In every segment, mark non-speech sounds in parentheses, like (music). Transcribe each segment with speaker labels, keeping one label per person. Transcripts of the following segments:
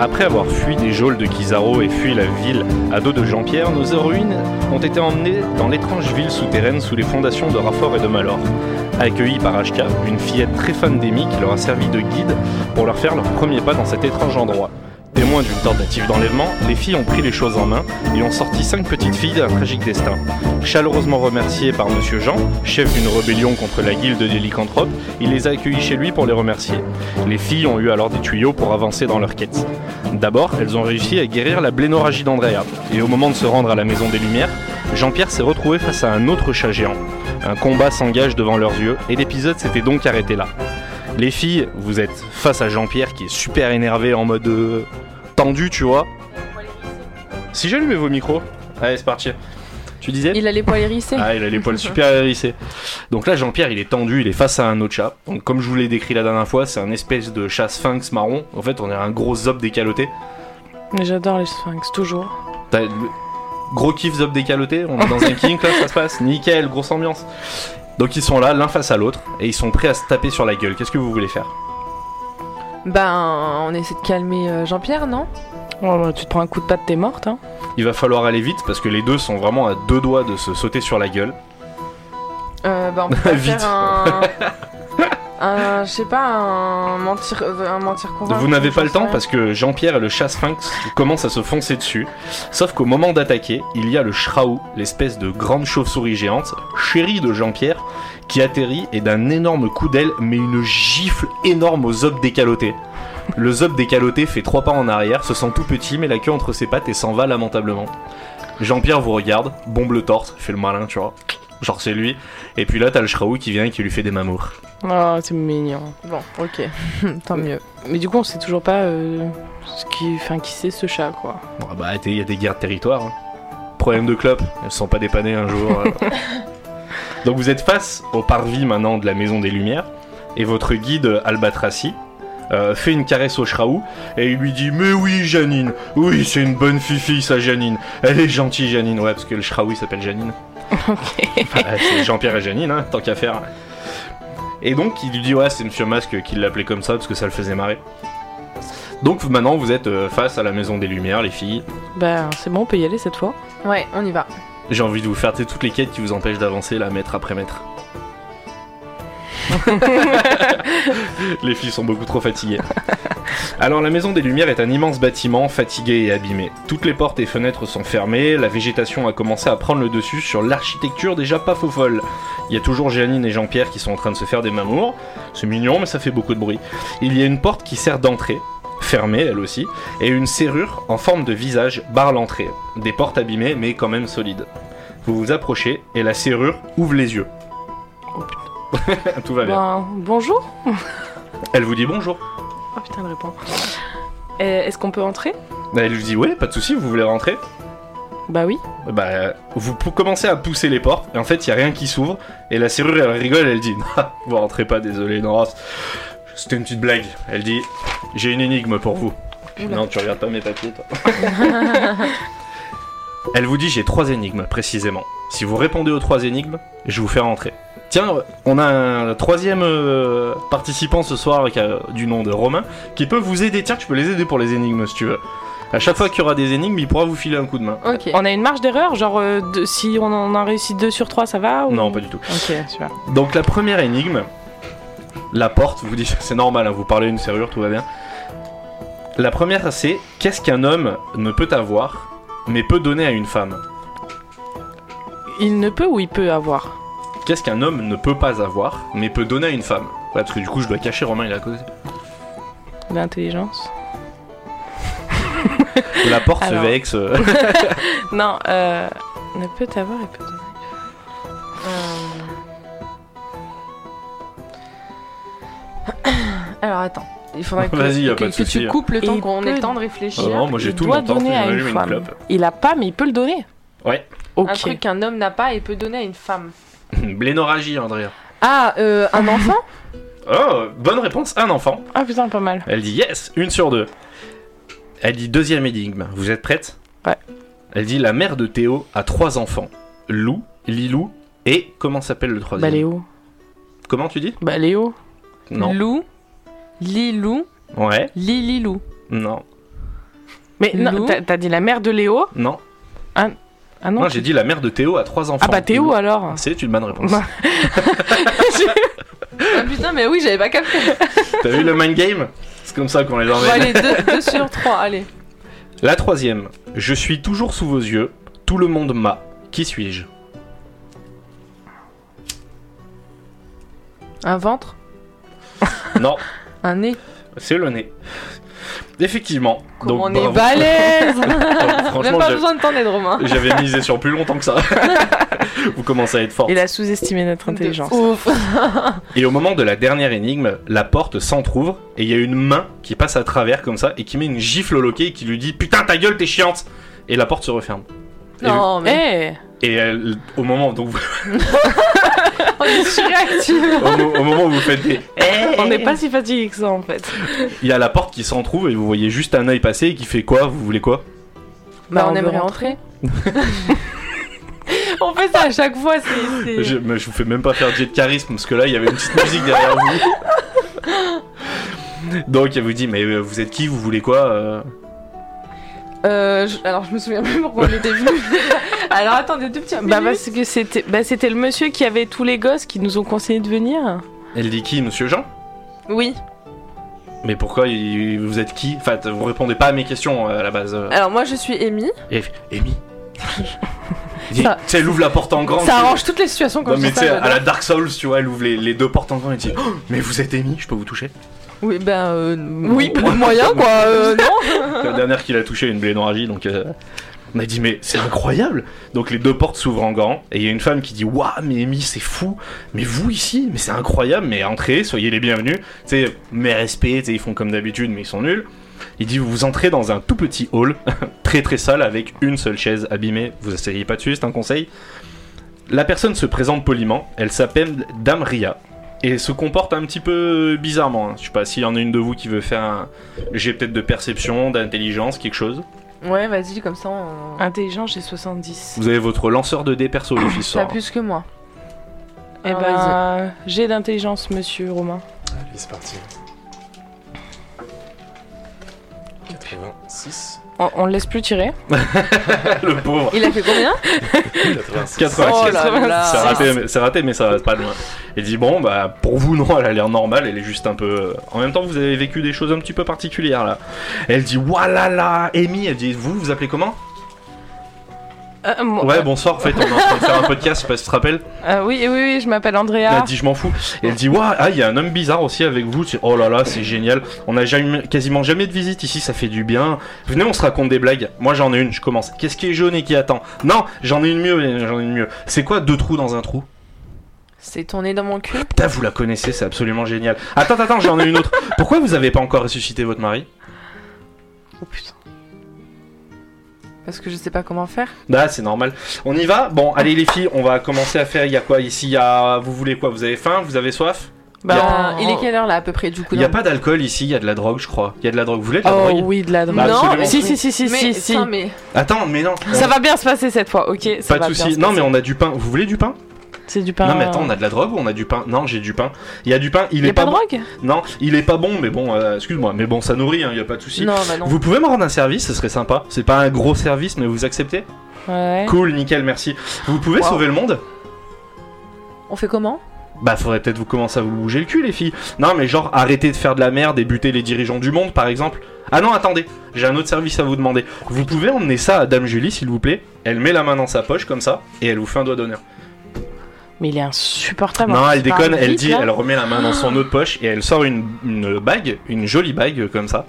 Speaker 1: Après avoir fui des geôles de Kizaru et fui la ville à dos de Jean-Pierre, nos héroïnes ont été emmenées dans l'étrange ville souterraine sous les fondations de Raffort et de Malor. Accueillies par Ashka, une fillette très fan d'Amy qui leur a servi de guide pour leur faire leur premier pas dans cet étrange endroit. Témoins d'une tentative d'enlèvement, les filles ont pris les choses en main et ont sorti cinq petites filles d'un tragique destin. Chaleureusement remerciées par Monsieur Jean, chef d'une rébellion contre la guilde des lycanthropes, il les a accueillies chez lui pour les remercier. Les filles ont eu alors des tuyaux pour avancer dans leur quête. D'abord, elles ont réussi à guérir la blénorragie d'Andrea, et au moment de se rendre à la Maison des Lumières, Jean-Pierre s'est retrouvé face à un autre chat géant. Un combat s'engage devant leurs yeux, et l'épisode s'était donc arrêté là. Les filles, vous êtes face à Jean-Pierre qui est super énervé en mode euh, tendu, tu vois. Si j'allumais vos micros. Allez, c'est parti. Tu disais
Speaker 2: Il a les poils hérissés.
Speaker 1: Ah, il a les poils super hérissés. Donc là, Jean-Pierre, il est tendu, il est face à un autre chat. Donc, comme je vous l'ai décrit la dernière fois, c'est un espèce de chat sphinx marron. En fait, on est un gros zob décaloté.
Speaker 2: Mais J'adore les sphinx, toujours.
Speaker 1: T'as le- Gros kiff zob décaloté, on est dans un kink là, ça se passe. Nickel, grosse ambiance. Donc ils sont là, l'un face à l'autre, et ils sont prêts à se taper sur la gueule. Qu'est-ce que vous voulez faire
Speaker 2: Ben, on essaie de calmer euh, Jean-Pierre, non Oh, bah, Tu te prends un coup de patte, t'es morte. Hein.
Speaker 1: Il va falloir aller vite parce que les deux sont vraiment à deux doigts de se sauter sur la gueule. (laughs)
Speaker 2: Euh, bah, on peut pas
Speaker 1: Vite.
Speaker 2: faire
Speaker 1: (laughs)
Speaker 2: un. un, je sais pas, un mentir, euh, un mentir convaincre.
Speaker 1: Vous n'avez pas le temps parce que Jean-Pierre et le chat sphinx commencent à se foncer dessus. Sauf qu'au moment d'attaquer, il y a le Shraou, l'espèce de grande chauve-souris géante, chérie de Jean-Pierre, qui atterrit et d'un énorme coup d'aile met une gifle énorme au zob décaloté. Le zob décaloté fait trois pas en arrière, se sent tout petit, met la queue entre ses pattes et s'en va lamentablement. Jean-Pierre vous regarde, bombe le torse, fait le malin, tu vois. Genre c'est lui. Et puis là, t'as le Shraou qui vient et qui lui fait des mamours.
Speaker 3: Oh, c'est mignon.
Speaker 2: Bon, ok,
Speaker 3: (laughs)
Speaker 2: tant mieux.
Speaker 3: Mais du coup, on sait toujours pas euh, ce qui, enfin, qui c'est ce chat, quoi.
Speaker 1: Bon, bah, il y a des guerres de territoire. hein. Problème de clope, elles sont pas dépannées un jour. euh. Donc vous êtes face au parvis maintenant de la Maison des Lumières, et votre guide euh, Albatraci euh, fait une caresse au Shraou, et il lui dit Mais oui, Janine, oui, c'est une bonne fifi, ça, Janine. Elle est gentille, Janine. Ouais, parce que le Shraou il s'appelle Janine. Enfin, euh, c'est Jean-Pierre et Janine, hein, tant qu'à faire. Et donc il lui dit Ouais, c'est Monsieur Masque qui l'appelait comme ça, parce que ça le faisait marrer. Donc maintenant vous êtes euh, face à la Maison des Lumières, les filles.
Speaker 3: Bah, c'est bon, on peut y aller cette fois.
Speaker 2: Ouais, on y va.
Speaker 1: J'ai envie de vous faire tu sais, toutes les quêtes qui vous empêchent d'avancer, là, mètre après mètre. les filles sont beaucoup trop fatiguées. (laughs) Alors, la Maison des Lumières est un immense bâtiment fatigué et abîmé. Toutes les portes et fenêtres sont fermées, la végétation a commencé à prendre le dessus sur l'architecture déjà pas faux folle. Il y a toujours Janine et Jean-Pierre qui sont en train de se faire des mamours. C'est mignon, mais ça fait beaucoup de bruit. Il y a une porte qui sert d'entrée, fermée elle aussi, et une serrure en forme de visage barre l'entrée. Des portes abîmées mais quand même solides. Vous vous approchez et la serrure ouvre les yeux.
Speaker 3: Oh,
Speaker 1: (laughs) Tout va bien.
Speaker 3: Ben, bonjour.
Speaker 1: Elle vous dit bonjour.
Speaker 3: Oh putain, elle répond. Euh, Est-ce qu'on peut entrer
Speaker 1: Bah, Elle vous dit ouais, pas de souci, vous voulez rentrer
Speaker 3: Bah oui.
Speaker 1: Bah, euh, vous pou- commencez à pousser les portes, et en fait, il y a rien qui s'ouvre, et la serrure, elle rigole, elle dit, (laughs) non, vous rentrez pas, désolé, non, c'était une petite blague. Elle dit, j'ai une énigme pour vous.
Speaker 2: Oula.
Speaker 1: Non, tu regardes pas mes papiers, toi. (laughs) elle vous dit, j'ai trois énigmes, précisément. Si vous répondez aux trois énigmes, je vous fais rentrer. Tiens, on a un troisième euh, participant ce soir qui a- du nom de Romain qui peut vous aider. Tiens, tu peux les aider pour les énigmes si tu veux. À chaque fois qu'il y aura des énigmes, il pourra vous filer un coup de main.
Speaker 2: Ok.
Speaker 3: On a une marge d'erreur, genre euh, de- si on en a réussi 2 sur 3, ça va ou...
Speaker 1: Non, pas du tout.
Speaker 3: Ok, super.
Speaker 1: Donc la première énigme, la porte, vous dites, (laughs) c'est normal, hein, vous parlez une serrure, tout va bien. La première, c'est qu'est-ce qu'un homme ne peut avoir, mais peut donner à une femme
Speaker 3: Il ne peut ou il peut avoir
Speaker 1: Qu'est-ce qu'un homme ne peut pas avoir, mais peut donner à une femme Ouais, parce que du coup, je dois cacher Romain, il est à côté.
Speaker 3: L'intelligence
Speaker 1: (laughs) La porte
Speaker 3: Alors.
Speaker 1: se vexe. euh, (laughs)
Speaker 3: Non, euh, ne peut avoir et peut donner.
Speaker 2: Euh. (clears throat) Alors attends, il faudrait que,
Speaker 1: Vas-y, y a
Speaker 2: que-
Speaker 1: pas de
Speaker 2: que tu
Speaker 1: souci. hein.
Speaker 2: coupes le temps
Speaker 3: Il
Speaker 2: qu'on ait
Speaker 3: peut-
Speaker 2: le temps de réfléchir.
Speaker 1: Ah non, moi j'ai
Speaker 3: Il
Speaker 1: tout
Speaker 3: doit
Speaker 1: mon temps,
Speaker 3: donner
Speaker 1: je
Speaker 3: à une
Speaker 1: m'allume une
Speaker 3: femme.
Speaker 1: clope. (laughs)
Speaker 3: Il a pas, mais il peut le donner
Speaker 1: Ouais.
Speaker 3: Ok.
Speaker 2: Un truc qu'un homme n'a pas et peut donner à une femme.
Speaker 1: Blénorragie, Andrea.
Speaker 2: Ah, euh, (laughs) un enfant
Speaker 1: Oh, bonne réponse, un enfant.
Speaker 3: Ah putain, pas mal.
Speaker 1: Elle dit yes, une sur deux. Elle dit deuxième énigme. Vous êtes prête
Speaker 3: Ouais.
Speaker 1: Elle dit la mère de Théo a trois enfants. Lou, Lilou et comment s'appelle le troisième
Speaker 3: Baléo.
Speaker 1: Comment tu dis
Speaker 3: Bah, Baléo.
Speaker 1: Non.
Speaker 2: Lou, Lilou,
Speaker 1: Ouais.
Speaker 2: Lililou.
Speaker 1: Non.
Speaker 3: Mais non,
Speaker 2: Lou.
Speaker 3: t'as t'as dit la mère de Léo
Speaker 1: Non,
Speaker 3: Ah non,
Speaker 1: non, j'ai dit la mère de Théo a trois enfants.
Speaker 3: Ah bah Théo alors
Speaker 1: C'est une bonne (laughs) réponse.
Speaker 3: Bah.
Speaker 2: Ah putain, mais oui, j'avais pas capté.
Speaker 1: T'as vu le mind game C'est comme ça qu'on les
Speaker 2: Bon,
Speaker 1: emmène.
Speaker 2: allez, 2 sur 3, allez.
Speaker 1: La troisième. Je suis toujours sous vos yeux. Tout le monde m'a. Qui suis-je
Speaker 2: Un ventre,
Speaker 1: Non,
Speaker 2: un nez.
Speaker 1: c'est le nez. Effectivement. donc,
Speaker 2: Comment on
Speaker 1: bravo. (laughs) Oh,
Speaker 2: est balèze Même
Speaker 1: Franchement,
Speaker 2: pas
Speaker 1: je-
Speaker 2: besoin de t'en aider, (laughs) Romain.
Speaker 1: j'avais misé sur plus longtemps que
Speaker 2: (laughs)
Speaker 1: ça. Vous commencez à être fort.
Speaker 3: Il a sous-estimé notre intelligence.
Speaker 2: De Ouf.
Speaker 1: Et au moment de la dernière énigme, la porte s'entrouvre et il y a une main qui passe à travers comme ça et qui met une gifle au loquet et qui lui dit Putain, ta gueule, t'es chiante Et la porte se referme. Et-
Speaker 2: Non,
Speaker 3: Eh
Speaker 2: mais
Speaker 1: Et, elle- au moment donc, (laughs)
Speaker 2: on est suractifs.
Speaker 1: au, mo- au moment où vous faites des eh,
Speaker 3: On n'est pas si fatigué que ça en fait.
Speaker 1: il y a la porte qui s'entrouvre et vous voyez juste un œil passer et qui fait quoi Vous voulez quoi
Speaker 2: Bah, on,
Speaker 3: veut
Speaker 2: aimerait
Speaker 3: rentrer.
Speaker 2: rentrer. (laughs) on fait ça à chaque fois, c'est. c'est-
Speaker 1: je, mais je vous fais même pas faire de jet de charisme parce que là il y avait une petite musique derrière
Speaker 2: (laughs)
Speaker 1: vous. Donc elle vous dit mais euh, vous êtes qui Vous voulez quoi euh
Speaker 2: Euh, je- Alors, je me souviens plus pourquoi on était venus. (laughs) alors, attendez, deux petits.
Speaker 3: Bah parce que c'était bah, c'était le monsieur qui avait tous les gosses qui nous ont conseillé de venir.
Speaker 1: Elle dit qui Monsieur Jean
Speaker 2: Oui.
Speaker 1: Mais pourquoi il- vous êtes qui Enfin vous répondez pas à mes questions euh, à la base. euh.
Speaker 2: Alors, moi, je suis Amy.
Speaker 1: Et elle fait, (laughs) Amy. Tu
Speaker 2: Ça-
Speaker 1: sais, elle ouvre la porte en grand.
Speaker 2: ça
Speaker 1: tu-
Speaker 2: arrange toutes les situations
Speaker 1: Non
Speaker 2: comme
Speaker 1: mais tu
Speaker 2: ça.
Speaker 1: sais,
Speaker 2: j'adore.
Speaker 1: à la Dark Souls, tu vois, elle ouvre les, les deux portes en grand et dit (gasps) Oh, Mais vous êtes Amy, je peux vous toucher
Speaker 2: Oui, ben. euh,
Speaker 1: Oui,
Speaker 3: (laughs)
Speaker 1: pas
Speaker 2: moyen, quoi. euh, non
Speaker 1: La dernière qu'il a touché une blénorragie, donc euh, on a dit mais c'est incroyable. Donc les deux portes s'ouvrent en grand et il y a une femme qui dit waouh mais Amy c'est fou, mais vous ici mais c'est incroyable, mais entrez, soyez les bienvenus. Tu sais mes respects, tu sais, ils font comme d'habitude mais ils sont nuls. Il dit vous entrez dans un tout petit hall (laughs) très très sale avec une seule chaise abîmée. Vous asseyez pas dessus, c'est un conseil. La personne se présente poliment, elle s'appelle Dame Ria. Et se comporte un petit peu bizarrement. hein. Je sais pas s'il y en a une de vous qui veut faire un, j'ai peut-être de perception, d'intelligence, quelque chose.
Speaker 2: Ouais, vas-y, comme ça, on...
Speaker 1: Ah,
Speaker 3: Intelligent j'ai 70.
Speaker 1: Vous avez votre lanceur de dés perso, le fils hein.
Speaker 2: t'as
Speaker 1: sort.
Speaker 2: plus que moi.
Speaker 3: Eh
Speaker 2: Ah,
Speaker 3: ben j'ai d'intelligence monsieur Romain.
Speaker 1: Allez, c'est parti. 86.
Speaker 3: On, on le laisse plus tirer.
Speaker 1: le pauvre.
Speaker 2: Il a
Speaker 1: (laughs)
Speaker 2: fait combien
Speaker 1: 86.
Speaker 2: Oh là là.
Speaker 1: C'est raté, mais- c'est raté, mais ça va pas loin. Il dit Bon, bah, pour vous, non, elle a l'air normale, elle est juste un peu. euh, En même temps, vous avez vécu des choses un petit peu particulières là. Elle dit Walala, là, Amy, elle dit Vous, vous appelez comment
Speaker 3: Euh, moi-
Speaker 1: Ouais, bonsoir, en fait, on est en train de faire un podcast, je sais pas si tu te rappelles.
Speaker 3: Euh, oui oui oui je m'appelle Andrea.
Speaker 1: Elle dit je m'en fous. Et elle dit waouh, ah il y a un homme bizarre aussi avec vous. Tu- Oh là là, c'est génial. On a jamais, quasiment jamais de visite ici, ça fait du bien. Venez, on se raconte des blagues. Moi j'en ai une, je commence. Qu'est-ce qui est jaune et qui attend Non, j'en ai une mieux, j'en ai une mieux. C'est quoi deux trous dans un trou
Speaker 2: C'est ton nez dans mon cul.
Speaker 1: Putain, vous la connaissez, c'est absolument génial. Attends, attends, j'en ai une
Speaker 3: (laughs)
Speaker 1: autre. Pourquoi vous avez pas encore ressuscité votre mari
Speaker 2: Oh putain. Parce que je sais pas comment faire.
Speaker 1: Bah c'est normal. On y va Bon, allez les filles, on va commencer à faire. Il y a quoi ici Il y a. Vous voulez quoi Vous avez faim Vous avez soif
Speaker 3: Bah,
Speaker 2: Euh, Il est quelle heure là à peu près du coup
Speaker 1: Il y a
Speaker 2: non
Speaker 1: pas d'alcool ici, il y a de la drogue, je crois. Il y a de la drogue. Vous voulez de la
Speaker 3: Oh
Speaker 1: drogue
Speaker 3: oui de la drogue.
Speaker 1: Bah,
Speaker 2: Non,
Speaker 1: absolument.
Speaker 2: mais-
Speaker 3: Si si si si
Speaker 2: mais,
Speaker 3: si si.
Speaker 2: putain, mais-
Speaker 1: Attends, mais non.
Speaker 3: Ça va bien se passer cette fois, ok ça
Speaker 1: Pas
Speaker 3: va
Speaker 1: de
Speaker 3: bien
Speaker 1: soucis.
Speaker 3: se
Speaker 1: Non, mais
Speaker 3: passer.
Speaker 1: on a du pain. Vous voulez du pain
Speaker 3: C'est du pain.
Speaker 1: Non, mais attends, on a de la drogue ou on a du pain Non, j'ai du pain. Il y a du pain, il
Speaker 3: Il y
Speaker 1: est
Speaker 3: a pas
Speaker 1: pas
Speaker 3: de
Speaker 1: bon.
Speaker 3: drogue
Speaker 1: Non, il est pas bon, mais bon, euh, excuse-moi, mais bon, ça nourrit, hein, il y a pas de souci.
Speaker 2: Non, bah non.
Speaker 1: Vous pouvez me rendre un service, ce serait sympa. C'est pas un gros service, mais vous acceptez
Speaker 3: Ouais.
Speaker 1: Cool, nickel, merci. Vous pouvez
Speaker 2: Wow.
Speaker 1: sauver le monde
Speaker 2: On fait comment
Speaker 1: Bah, faudrait peut-être vous commencer à vous bouger le cul, les filles. Non, mais genre, arrêtez de faire de la merde et buter les dirigeants du monde, par exemple. Ah non, attendez, j'ai un autre service à vous demander. Vous pouvez emmener ça à Dame Julie, s'il vous plaît. Elle met la main dans sa poche, comme ça, et elle vous fait un doigt d'honneur.
Speaker 3: Mais il est insupportable.
Speaker 1: Non,
Speaker 3: en plus,
Speaker 1: elle
Speaker 3: il parle
Speaker 1: déconne, elle
Speaker 3: vite,
Speaker 1: dit,
Speaker 3: là.
Speaker 1: elle remet la main dans son autre poche et elle sort une, une bague, une jolie bague euh, comme ça.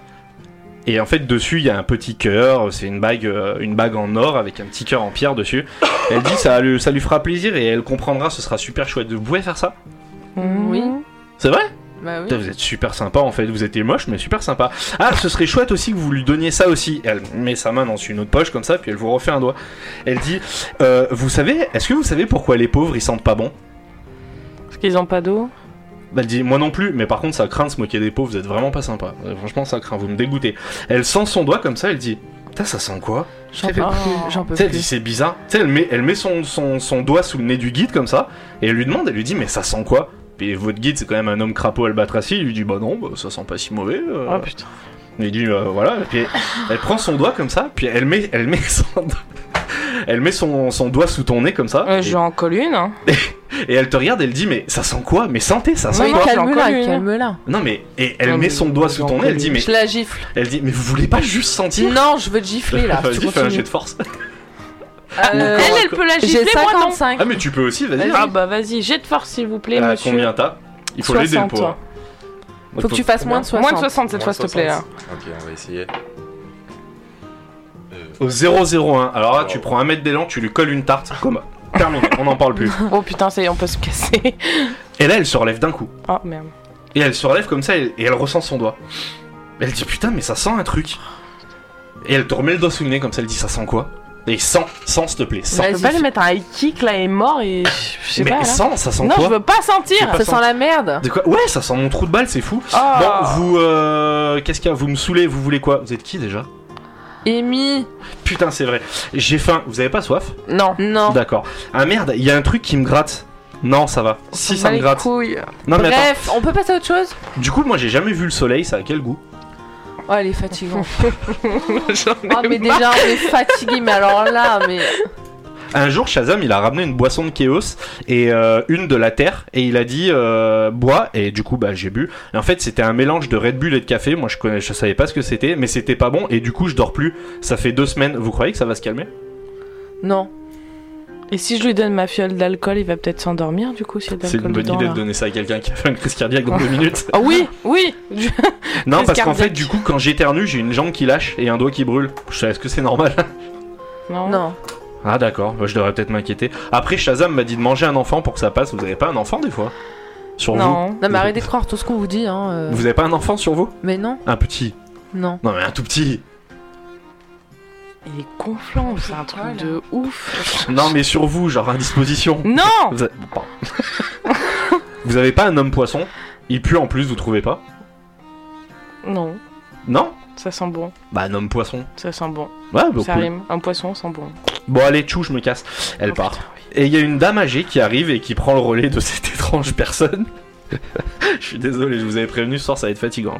Speaker 1: Et en fait, dessus, il y a un petit cœur, c'est une bague, euh, une bague en or avec un petit cœur en pierre dessus. Elle dit, ça lui, ça lui fera plaisir et elle comprendra, ce sera super chouette. Vous pouvez faire ça
Speaker 3: Mhm.
Speaker 2: Oui.
Speaker 1: C'est vrai
Speaker 2: Bah
Speaker 1: Putain,
Speaker 2: oui.
Speaker 1: Vous êtes super sympa en fait, vous étiez moche mais super sympa. Ah, ce serait chouette aussi que vous lui donniez ça aussi. Elle met sa main dans une autre poche comme ça, puis elle vous refait un doigt. Elle dit, euh, vous savez, est-ce que vous savez pourquoi les pauvres ils sentent pas bon
Speaker 3: Parce qu'ils ont pas d'eau.
Speaker 1: Bah, elle dit moi non plus, mais par contre ça craint de se moquer des pauvres, vous êtes vraiment pas sympa. Euh, Franchement ça craint, vous me dégoûtez. Elle sent son doigt comme ça, elle dit Putain ça sent quoi
Speaker 2: J'en
Speaker 1: Elle
Speaker 2: peux
Speaker 3: Ah.
Speaker 1: fait-
Speaker 2: plus. J'en peux
Speaker 1: Tu sais, elle dit
Speaker 2: plus.
Speaker 1: c'est bizarre. Tu sais, elle met, elle met son, son, son doigt sous le nez du guide comme ça, et elle lui demande, elle lui dit mais ça sent quoi Et votre guide c'est quand même un homme crapaud albatraci, il lui dit bah non, bah, ça sent pas si mauvais. euh.
Speaker 3: Oh putain.
Speaker 1: Il dit euh, voilà, et puis elle, elle prend son doigt comme ça, puis elle met, elle met son doigt. Elle met son, son doigt sous ton nez comme ça,
Speaker 3: Euh,
Speaker 1: et,
Speaker 3: je en colle une. hein.
Speaker 1: et elle te regarde, elle dit mais ça sent quoi Mais sentez, ça sent
Speaker 3: Oui,
Speaker 1: quoi
Speaker 3: calme.
Speaker 2: calme-la,
Speaker 3: encore une.
Speaker 2: calme-la.
Speaker 1: Non mais et elle
Speaker 3: Non,
Speaker 1: met
Speaker 3: mais-
Speaker 1: son doigt sous ton nez, elle dit mais
Speaker 2: Je la gifle.
Speaker 1: elle dit mais vous voulez pas juste sentir (laughs)
Speaker 2: Non, je veux te gifler là.
Speaker 1: Vas-y,
Speaker 2: Tu
Speaker 1: fais un jet
Speaker 2: continues.
Speaker 1: de force.
Speaker 2: Euh,
Speaker 1: Encore
Speaker 3: Elle,
Speaker 1: un
Speaker 3: elle
Speaker 1: co-
Speaker 3: peut la
Speaker 2: J'ai
Speaker 3: gifler, moi non.
Speaker 2: 55.
Speaker 1: Ah mais tu peux aussi, vas-y.
Speaker 3: Ah bah vas-y, jet de force s'il vous plaît,
Speaker 1: Ah,
Speaker 3: monsieur.
Speaker 1: combien t'as Il faut l'aider le
Speaker 3: 60,
Speaker 1: pauvre.
Speaker 3: toi.
Speaker 2: Faut que tu fasses moins de 60.
Speaker 3: Moins de 60 cette
Speaker 4: Moins
Speaker 3: fois, s'il te plaît. hein. là.
Speaker 4: 60. Ok, on va essayer. Euh,
Speaker 1: Au 001. Alors là, tu prends un mètre d'élan, tu lui colles une tarte. Comme terminé, on n'en parle plus.
Speaker 3: Oh putain, ça y est, on peut se casser.
Speaker 1: Et là, elle se relève d'un coup.
Speaker 3: (laughs) Oh merde.
Speaker 1: Et elle se relève comme ça et et elle ressent son doigt. Elle dit putain mais ça sent un truc. Et elle te remet le doigt sous le nez comme ça, elle dit ça sent quoi Et sent, sent s'il te plaît, sent.
Speaker 3: On peut
Speaker 2: Vas-y.
Speaker 3: pas lui mettre un high kick là et mort et je je sais
Speaker 1: Mais
Speaker 3: pas. là.
Speaker 1: sent, ça sent
Speaker 3: Non,
Speaker 1: quoi
Speaker 3: je veux pas sentir.
Speaker 1: pas
Speaker 2: Ça sent la merde.
Speaker 1: De quoi Ouais ça sent mon trou de balle, c'est fou.
Speaker 3: Oh.
Speaker 1: Bon vous euh, qu'est-ce qu'il y a Vous me saoulez, vous voulez quoi Vous êtes qui déjà
Speaker 2: Amy.
Speaker 1: Putain c'est vrai. J'ai faim, vous avez pas soif
Speaker 3: Oh,
Speaker 2: Non. Non.
Speaker 1: D'accord. Ah merde, il y a un truc qui me gratte. Non ça va. Si ça me gratte.
Speaker 2: Bah,
Speaker 1: Non mais attends.
Speaker 2: Bref, on peut passer à autre chose
Speaker 1: Du coup moi j'ai jamais vu le soleil, ça a quel goût
Speaker 2: Oh, elle est (laughs) fatigante.
Speaker 3: (laughs) J'en ai
Speaker 2: Ah, mais
Speaker 3: marre.
Speaker 2: déjà, on est fatigué, mais alors là, mais.
Speaker 1: Un jour, Shazam, il a ramené une boisson de Chaos et euh, une de la Terre, et il a dit euh, bois, et du coup, bah j'ai bu. Et en fait, c'était un mélange de Red Bull et de café. Moi, je connais, je savais pas ce que c'était, mais c'était pas bon, et du coup, je dors plus. Ça fait deux semaines. Vous croyez que ça va se calmer
Speaker 2: Non.
Speaker 3: Et si je lui donne ma fiole d'alcool, il va peut-être s'endormir du coup s'il y a de
Speaker 1: C'est une bonne
Speaker 3: l'alcool dedans.
Speaker 1: idée de
Speaker 3: là.
Speaker 1: donner ça à quelqu'un qui a fait une crise cardiaque dans deux minutes.
Speaker 3: Ah oui, oui. je-
Speaker 1: Non,
Speaker 3: Crise
Speaker 1: parce qu'en fait,
Speaker 3: cardiaque.
Speaker 1: du coup, quand j'éternue, j'ai une jambe qui lâche et un doigt qui brûle. Je sais, est-ce que c'est normal
Speaker 3: (laughs)
Speaker 1: (laughs)
Speaker 3: Non.
Speaker 2: Non.
Speaker 1: Ah, d'accord, bah, je devrais peut-être m'inquiéter. Après, Shazam m'a dit de manger un enfant pour que ça passe. Vous avez pas un enfant des fois Sur vous
Speaker 3: Non.
Speaker 2: Non, mais arrêtez de croire tout ce qu'on vous dit, hein. euh.
Speaker 1: Vous avez pas un enfant sur vous
Speaker 2: Mais non,
Speaker 1: Un petit
Speaker 2: non.
Speaker 1: Non, mais un tout petit
Speaker 3: Il est gonflant, c'est un truc de ouf.
Speaker 1: Non, mais sur vous, genre à disposition.
Speaker 3: Non.
Speaker 1: Vous, a- Pardon. (laughs) Vous avez pas un homme poisson Il pue en plus, vous trouvez pas
Speaker 3: Non.
Speaker 1: Non
Speaker 3: Ça sent bon.
Speaker 1: Bah, un homme poisson.
Speaker 3: Ça sent bon.
Speaker 1: Ouais, beaucoup.
Speaker 3: Ça rime. Un poisson sent bon.
Speaker 1: Bon, allez, tchou, je me casse. Elle
Speaker 3: Oh,
Speaker 1: part.
Speaker 3: putain, oui.
Speaker 1: Et il y a une dame âgée qui arrive et qui prend le relais de cette (laughs) étrange personne. je suis désolé, je vous avais prévenu, ce soir ça va être fatigant.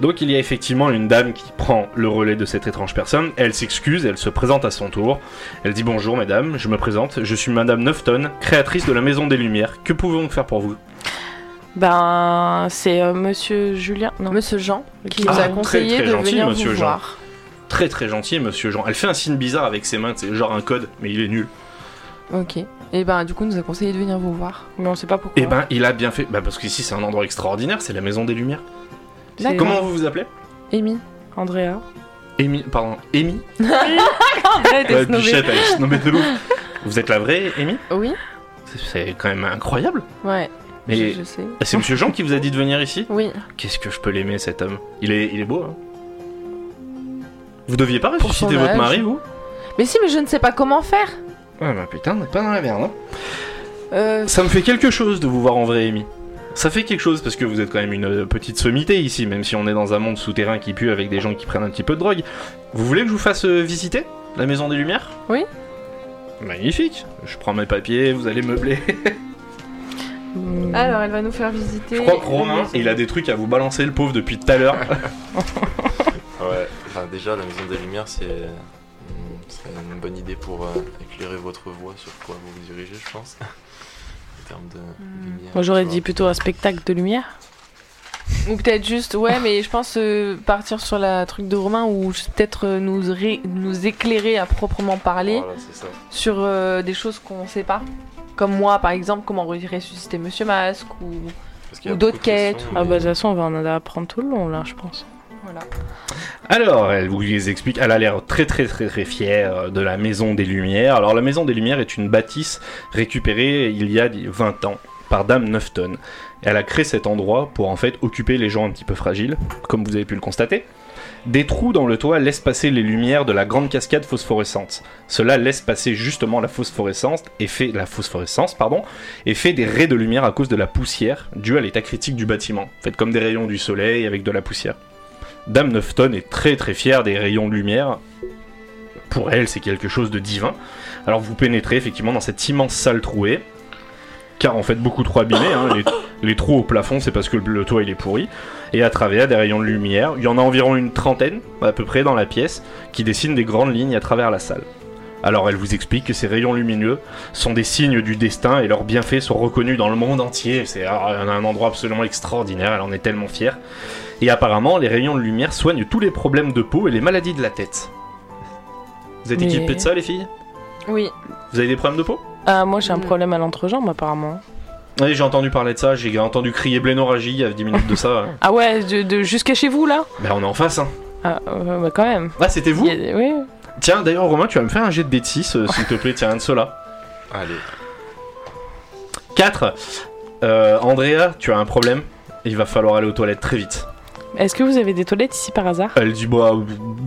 Speaker 1: Donc il y a effectivement une dame qui prend le relais de cette étrange personne, elle s'excuse, elle se présente à son tour, elle dit bonjour mesdames, je me présente, je suis madame Neufton, créatrice de la Maison des Lumières, que pouvons-nous faire pour vous
Speaker 3: Ben, c'est euh, Monsieur Julien. Non.
Speaker 2: Monsieur Jean, qui
Speaker 1: Ah,
Speaker 2: nous a
Speaker 1: très,
Speaker 2: conseillé
Speaker 1: très
Speaker 2: de
Speaker 1: gentil,
Speaker 2: venir
Speaker 1: monsieur
Speaker 2: vous
Speaker 1: Jean.
Speaker 2: voir.
Speaker 1: Très très gentil monsieur Jean, elle fait un signe bizarre avec ses mains, c'est genre un code, mais il est nul.
Speaker 2: Ok. Et ben, du coup, il nous a conseillé de venir vous voir.
Speaker 3: Mais on sait pas pourquoi.
Speaker 1: Et ben il a bien fait, bah parce qu'ici c'est un endroit extraordinaire, c'est la Maison des Lumières.
Speaker 3: C'est-
Speaker 2: d'accord.
Speaker 1: Comment vous vous appelez
Speaker 2: Amy.
Speaker 3: Andrea.
Speaker 1: Amy, pardon, Amy
Speaker 3: Andrea était
Speaker 1: Ouais,
Speaker 3: snobée.
Speaker 1: Bichette, elle est snobée de ouf. Vous êtes la vraie Amy
Speaker 2: Oui
Speaker 1: C'est- C'est quand même incroyable.
Speaker 2: Ouais.
Speaker 1: Mais
Speaker 2: Je, je sais.
Speaker 1: c'est Monsieur Jean qui vous a dit de venir ici
Speaker 2: Oui.
Speaker 1: Qu'est-ce que je peux l'aimer cet homme Il est, il est beau. Hein vous deviez pas
Speaker 2: Pour
Speaker 1: ressusciter
Speaker 2: son
Speaker 1: votre
Speaker 2: âge.
Speaker 1: mari, vous
Speaker 2: Mais si, mais je ne sais pas comment faire.
Speaker 1: Ouais, bah putain, on n'est pas dans la merde. hein.
Speaker 2: Euh,
Speaker 1: Ça me fait quelque chose de vous voir en vrai, Amy. Ça fait quelque chose parce que vous êtes quand même une euh, petite sommité ici, même si on est dans un monde souterrain qui pue avec des gens qui prennent un petit peu de drogue. Vous voulez que je vous fasse euh, visiter la Maison des Lumières
Speaker 2: Oui.
Speaker 1: Magnifique. Je prends mes papiers, vous allez meubler.
Speaker 3: Hmm.
Speaker 2: Alors, elle va nous faire visiter.
Speaker 1: Je crois que Romain, il a des trucs à vous balancer le pauvre depuis tout à l'heure.
Speaker 4: Ouais, enfin, déjà, la maison des lumières, c'est hmm, c'est une bonne idée pour euh, éclairer votre voie sur quoi vous vous dirigez, je pense. en termes de lumière.
Speaker 3: Moi j'aurais
Speaker 4: tu
Speaker 3: dit plutôt un spectacle de lumière.
Speaker 2: Ou peut-être juste, ouais, mais je pense euh, partir sur la truc de Romain ou juste peut-être euh, nous, ré- nous éclairer à proprement
Speaker 4: vois.
Speaker 2: parler
Speaker 4: Voilà, c'est ça.
Speaker 2: sur euh, des choses qu'on sait pas. Comme moi, par exemple, comment ressusciter Monsieur Masque ou.
Speaker 4: Parce qu'il y a
Speaker 2: Ou d'autres
Speaker 4: beaucoup de questions,
Speaker 2: quêtes,
Speaker 4: mais-
Speaker 3: Ah bah de toute façon on va en apprendre tout le long là je pense.
Speaker 2: Voilà.
Speaker 1: Alors, elle vous les explique, elle a l'air très très très très fière de la Maison des Lumières. Alors, la Maison des Lumières est une bâtisse récupérée il y a 20 ans par Dame Neufton. Elle a créé cet endroit pour en fait occuper les gens un petit peu fragiles, comme vous avez pu le constater. Des trous dans le toit laissent passer les lumières de la grande cascade phosphorescente. Cela laisse passer justement la phosphorescence et fait la phosphorescence pardon et fait des raies de lumière à cause de la poussière due à l'état critique du bâtiment. Faites comme des rayons du soleil avec de la poussière. Dame Neufton est très très fière des rayons de lumière. Pour elle, c'est quelque chose de divin. Alors vous pénétrez effectivement dans cette immense salle trouée, car en fait beaucoup trop abîmée. hein. Les, Les trous au plafond, c'est parce que le- le toit il est pourri. Et à travers des rayons de lumière, il y en a environ une trentaine à peu près dans la pièce qui dessinent des grandes lignes à travers la salle. Alors elle vous explique que ces rayons lumineux sont des signes du destin et leurs bienfaits sont reconnus dans le monde entier. C'est ah, un un endroit absolument extraordinaire, elle en est tellement fière. Et apparemment, les rayons de lumière soignent tous les problèmes de peau et les maladies de la tête. Vous êtes
Speaker 3: Mais-
Speaker 1: équipés de ça, les filles
Speaker 2: Oui.
Speaker 1: Vous avez des problèmes de peau
Speaker 3: Ah, moi j'ai un
Speaker 2: Mm.
Speaker 3: problème à l'entrejambe apparemment.
Speaker 1: Oui, j'ai entendu parler de ça, j'ai entendu crier Blénoragie il y a 10 minutes de ça.
Speaker 3: Ah ouais, de, de- jusqu'à chez vous là
Speaker 1: (laughs) ben on est en face, hein.
Speaker 3: Ah euh, bah quand même.
Speaker 1: Ah, c'était vous
Speaker 3: Il y a- oui.
Speaker 1: Tiens, d'ailleurs, Romain, tu vas me faire un jet de D6, euh, s'il te plaît, tiens, un de ceux-là.
Speaker 4: Allez,
Speaker 1: 4. Euh, Andrea, tu as un problème. Il va falloir aller aux toilettes très vite.
Speaker 3: Est-ce que vous avez des toilettes ici par hasard
Speaker 1: Elle dit, bah,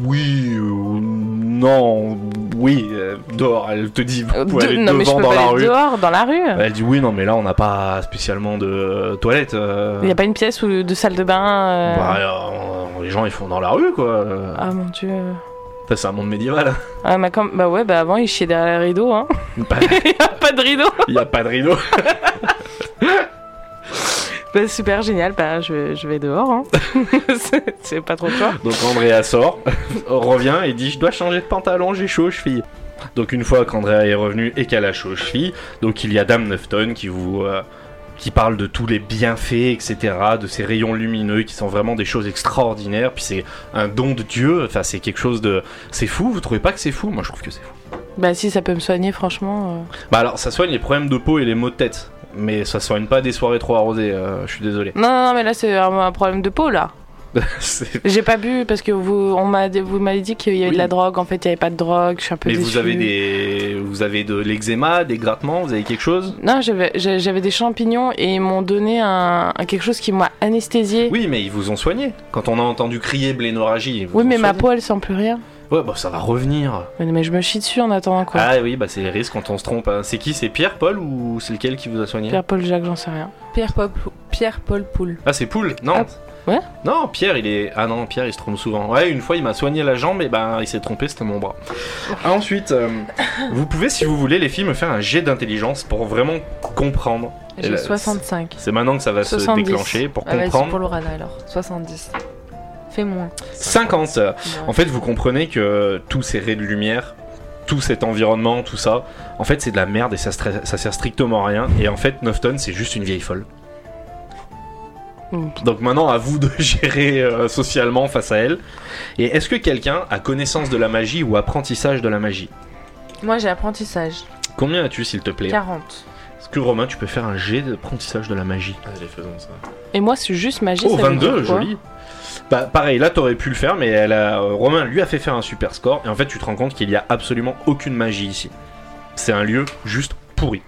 Speaker 1: oui, euh, non, oui, euh, dehors. Elle te dit, vous pouvez
Speaker 3: De-
Speaker 1: aller
Speaker 3: Euh, Non mais je
Speaker 1: devant
Speaker 3: peux
Speaker 1: dans
Speaker 3: pas
Speaker 1: la
Speaker 3: aller
Speaker 1: rue.
Speaker 3: dehors, dans la rue.
Speaker 1: Elle dit, oui, non, mais là, on n'a pas spécialement de euh, toilettes. euh.
Speaker 3: Il n'y a pas une pièce ou de salle de bain euh,
Speaker 1: Bah, euh, les gens, ils font dans la rue, quoi. euh.
Speaker 3: Ah mon dieu.
Speaker 1: Ça, C'est un monde médiéval. hein.
Speaker 3: Ah, bah, comme... bah ouais, bah avant il chiait derrière les rideaux. Hein.
Speaker 1: Bah,
Speaker 3: il n'y a pas de rideau.
Speaker 1: (laughs) Il n'y a pas de rideau.
Speaker 3: Bah, super génial, bah je, je vais dehors. Hein. (laughs) C'est- C'est pas trop toi.
Speaker 1: Donc Andrea sort, (laughs) revient et dit Je dois changer de pantalon, j'ai chaud aux chevilles. Donc une fois qu'Andrea est revenue et qu'elle a chaud aux chevilles, donc il y a Dame Nefton qui vous. euh, qui parle de tous les bienfaits, etc., de ces rayons lumineux qui sont vraiment des choses extraordinaires, puis c'est un don de Dieu, enfin c'est quelque chose de... C'est fou, vous trouvez pas que c'est fou Moi je trouve que c'est fou.
Speaker 3: Bah si ça peut me soigner franchement. euh.
Speaker 1: Bah alors ça soigne les problèmes de peau et les maux de tête, mais ça soigne pas des soirées trop arrosées, euh, je suis désolé. (laughs)
Speaker 3: Non, non non mais là c'est un, un problème de peau là.
Speaker 1: C'est-
Speaker 3: J'ai pas bu parce que vous on m'a vous m'avez dit qu'il y avait
Speaker 1: Oui.
Speaker 3: de la drogue en fait il y avait pas de drogue je suis un peu
Speaker 1: mais vous
Speaker 3: déçue.
Speaker 1: avez des... Vous avez de l'eczéma, des grattements, vous avez quelque chose
Speaker 3: non, j'avais j'ai- j'avais des champignons et ils m'ont donné un, un quelque chose qui m'a anesthésié.
Speaker 1: Oui, mais ils vous ont soigné. Quand on a entendu crier blénoragie, ils vous
Speaker 3: Oui,
Speaker 1: ont
Speaker 3: mais ma
Speaker 1: soigné.
Speaker 3: peau elle sent plus rien.
Speaker 1: Ouais, bah ça va revenir.
Speaker 3: Mais, mais je me chie dessus en attendant quoi.
Speaker 1: Ah oui, bah c'est les risques quand on se trompe. hein. C'est qui C'est Pierre, Paul ou c'est lequel qui vous a soigné
Speaker 3: Pierre-Paul Jacques j'en sais rien.
Speaker 2: Pierre, Pop- Pierre Paul Poul.
Speaker 1: Ah, c'est Poule, non
Speaker 3: Ah, ouais
Speaker 1: Non, Pierre, il est. Ah non, Pierre, il se trompe souvent. Ouais, une fois, il m'a soigné la jambe et ben il s'est trompé, c'était mon bras. Ensuite, euh, vous pouvez, si vous voulez, les filles, me faire un jet d'intelligence pour vraiment comprendre. Et
Speaker 2: J'ai
Speaker 1: là,
Speaker 2: 65.
Speaker 1: C'est maintenant que ça va
Speaker 3: 70.
Speaker 1: se déclencher pour
Speaker 2: Ah, vas-y,
Speaker 1: comprendre.
Speaker 2: pour Lorana alors. 70. Fais moins.
Speaker 1: 50
Speaker 2: Ouais.
Speaker 1: En fait, vous comprenez que tous ces raies de lumière, tout cet environnement, tout ça, en fait, c'est de la merde et ça, stra- ça sert strictement à rien. Et en fait, Nofton, c'est juste une vieille folle.
Speaker 3: Mm.
Speaker 1: Donc maintenant, à vous de (laughs) gérer euh, socialement face à elle. Et est-ce que quelqu'un a connaissance de la magie ou apprentissage de la magie
Speaker 2: Moi j'ai apprentissage.
Speaker 1: Combien as-tu, s'il te plaît
Speaker 2: 40.
Speaker 1: Est-ce que Romain, tu peux faire un jet d'apprentissage de la magie
Speaker 4: allez, faisons ça.
Speaker 3: Et moi c'est juste magie.
Speaker 1: Oh,
Speaker 3: ça veut
Speaker 1: 22,
Speaker 3: dire quoi
Speaker 1: joli bah, pareil, là t'aurais pu le faire, mais elle a, euh, Romain lui a fait faire un super score, et en fait tu te rends compte qu'il y a absolument aucune magie ici. C'est un lieu juste pourri.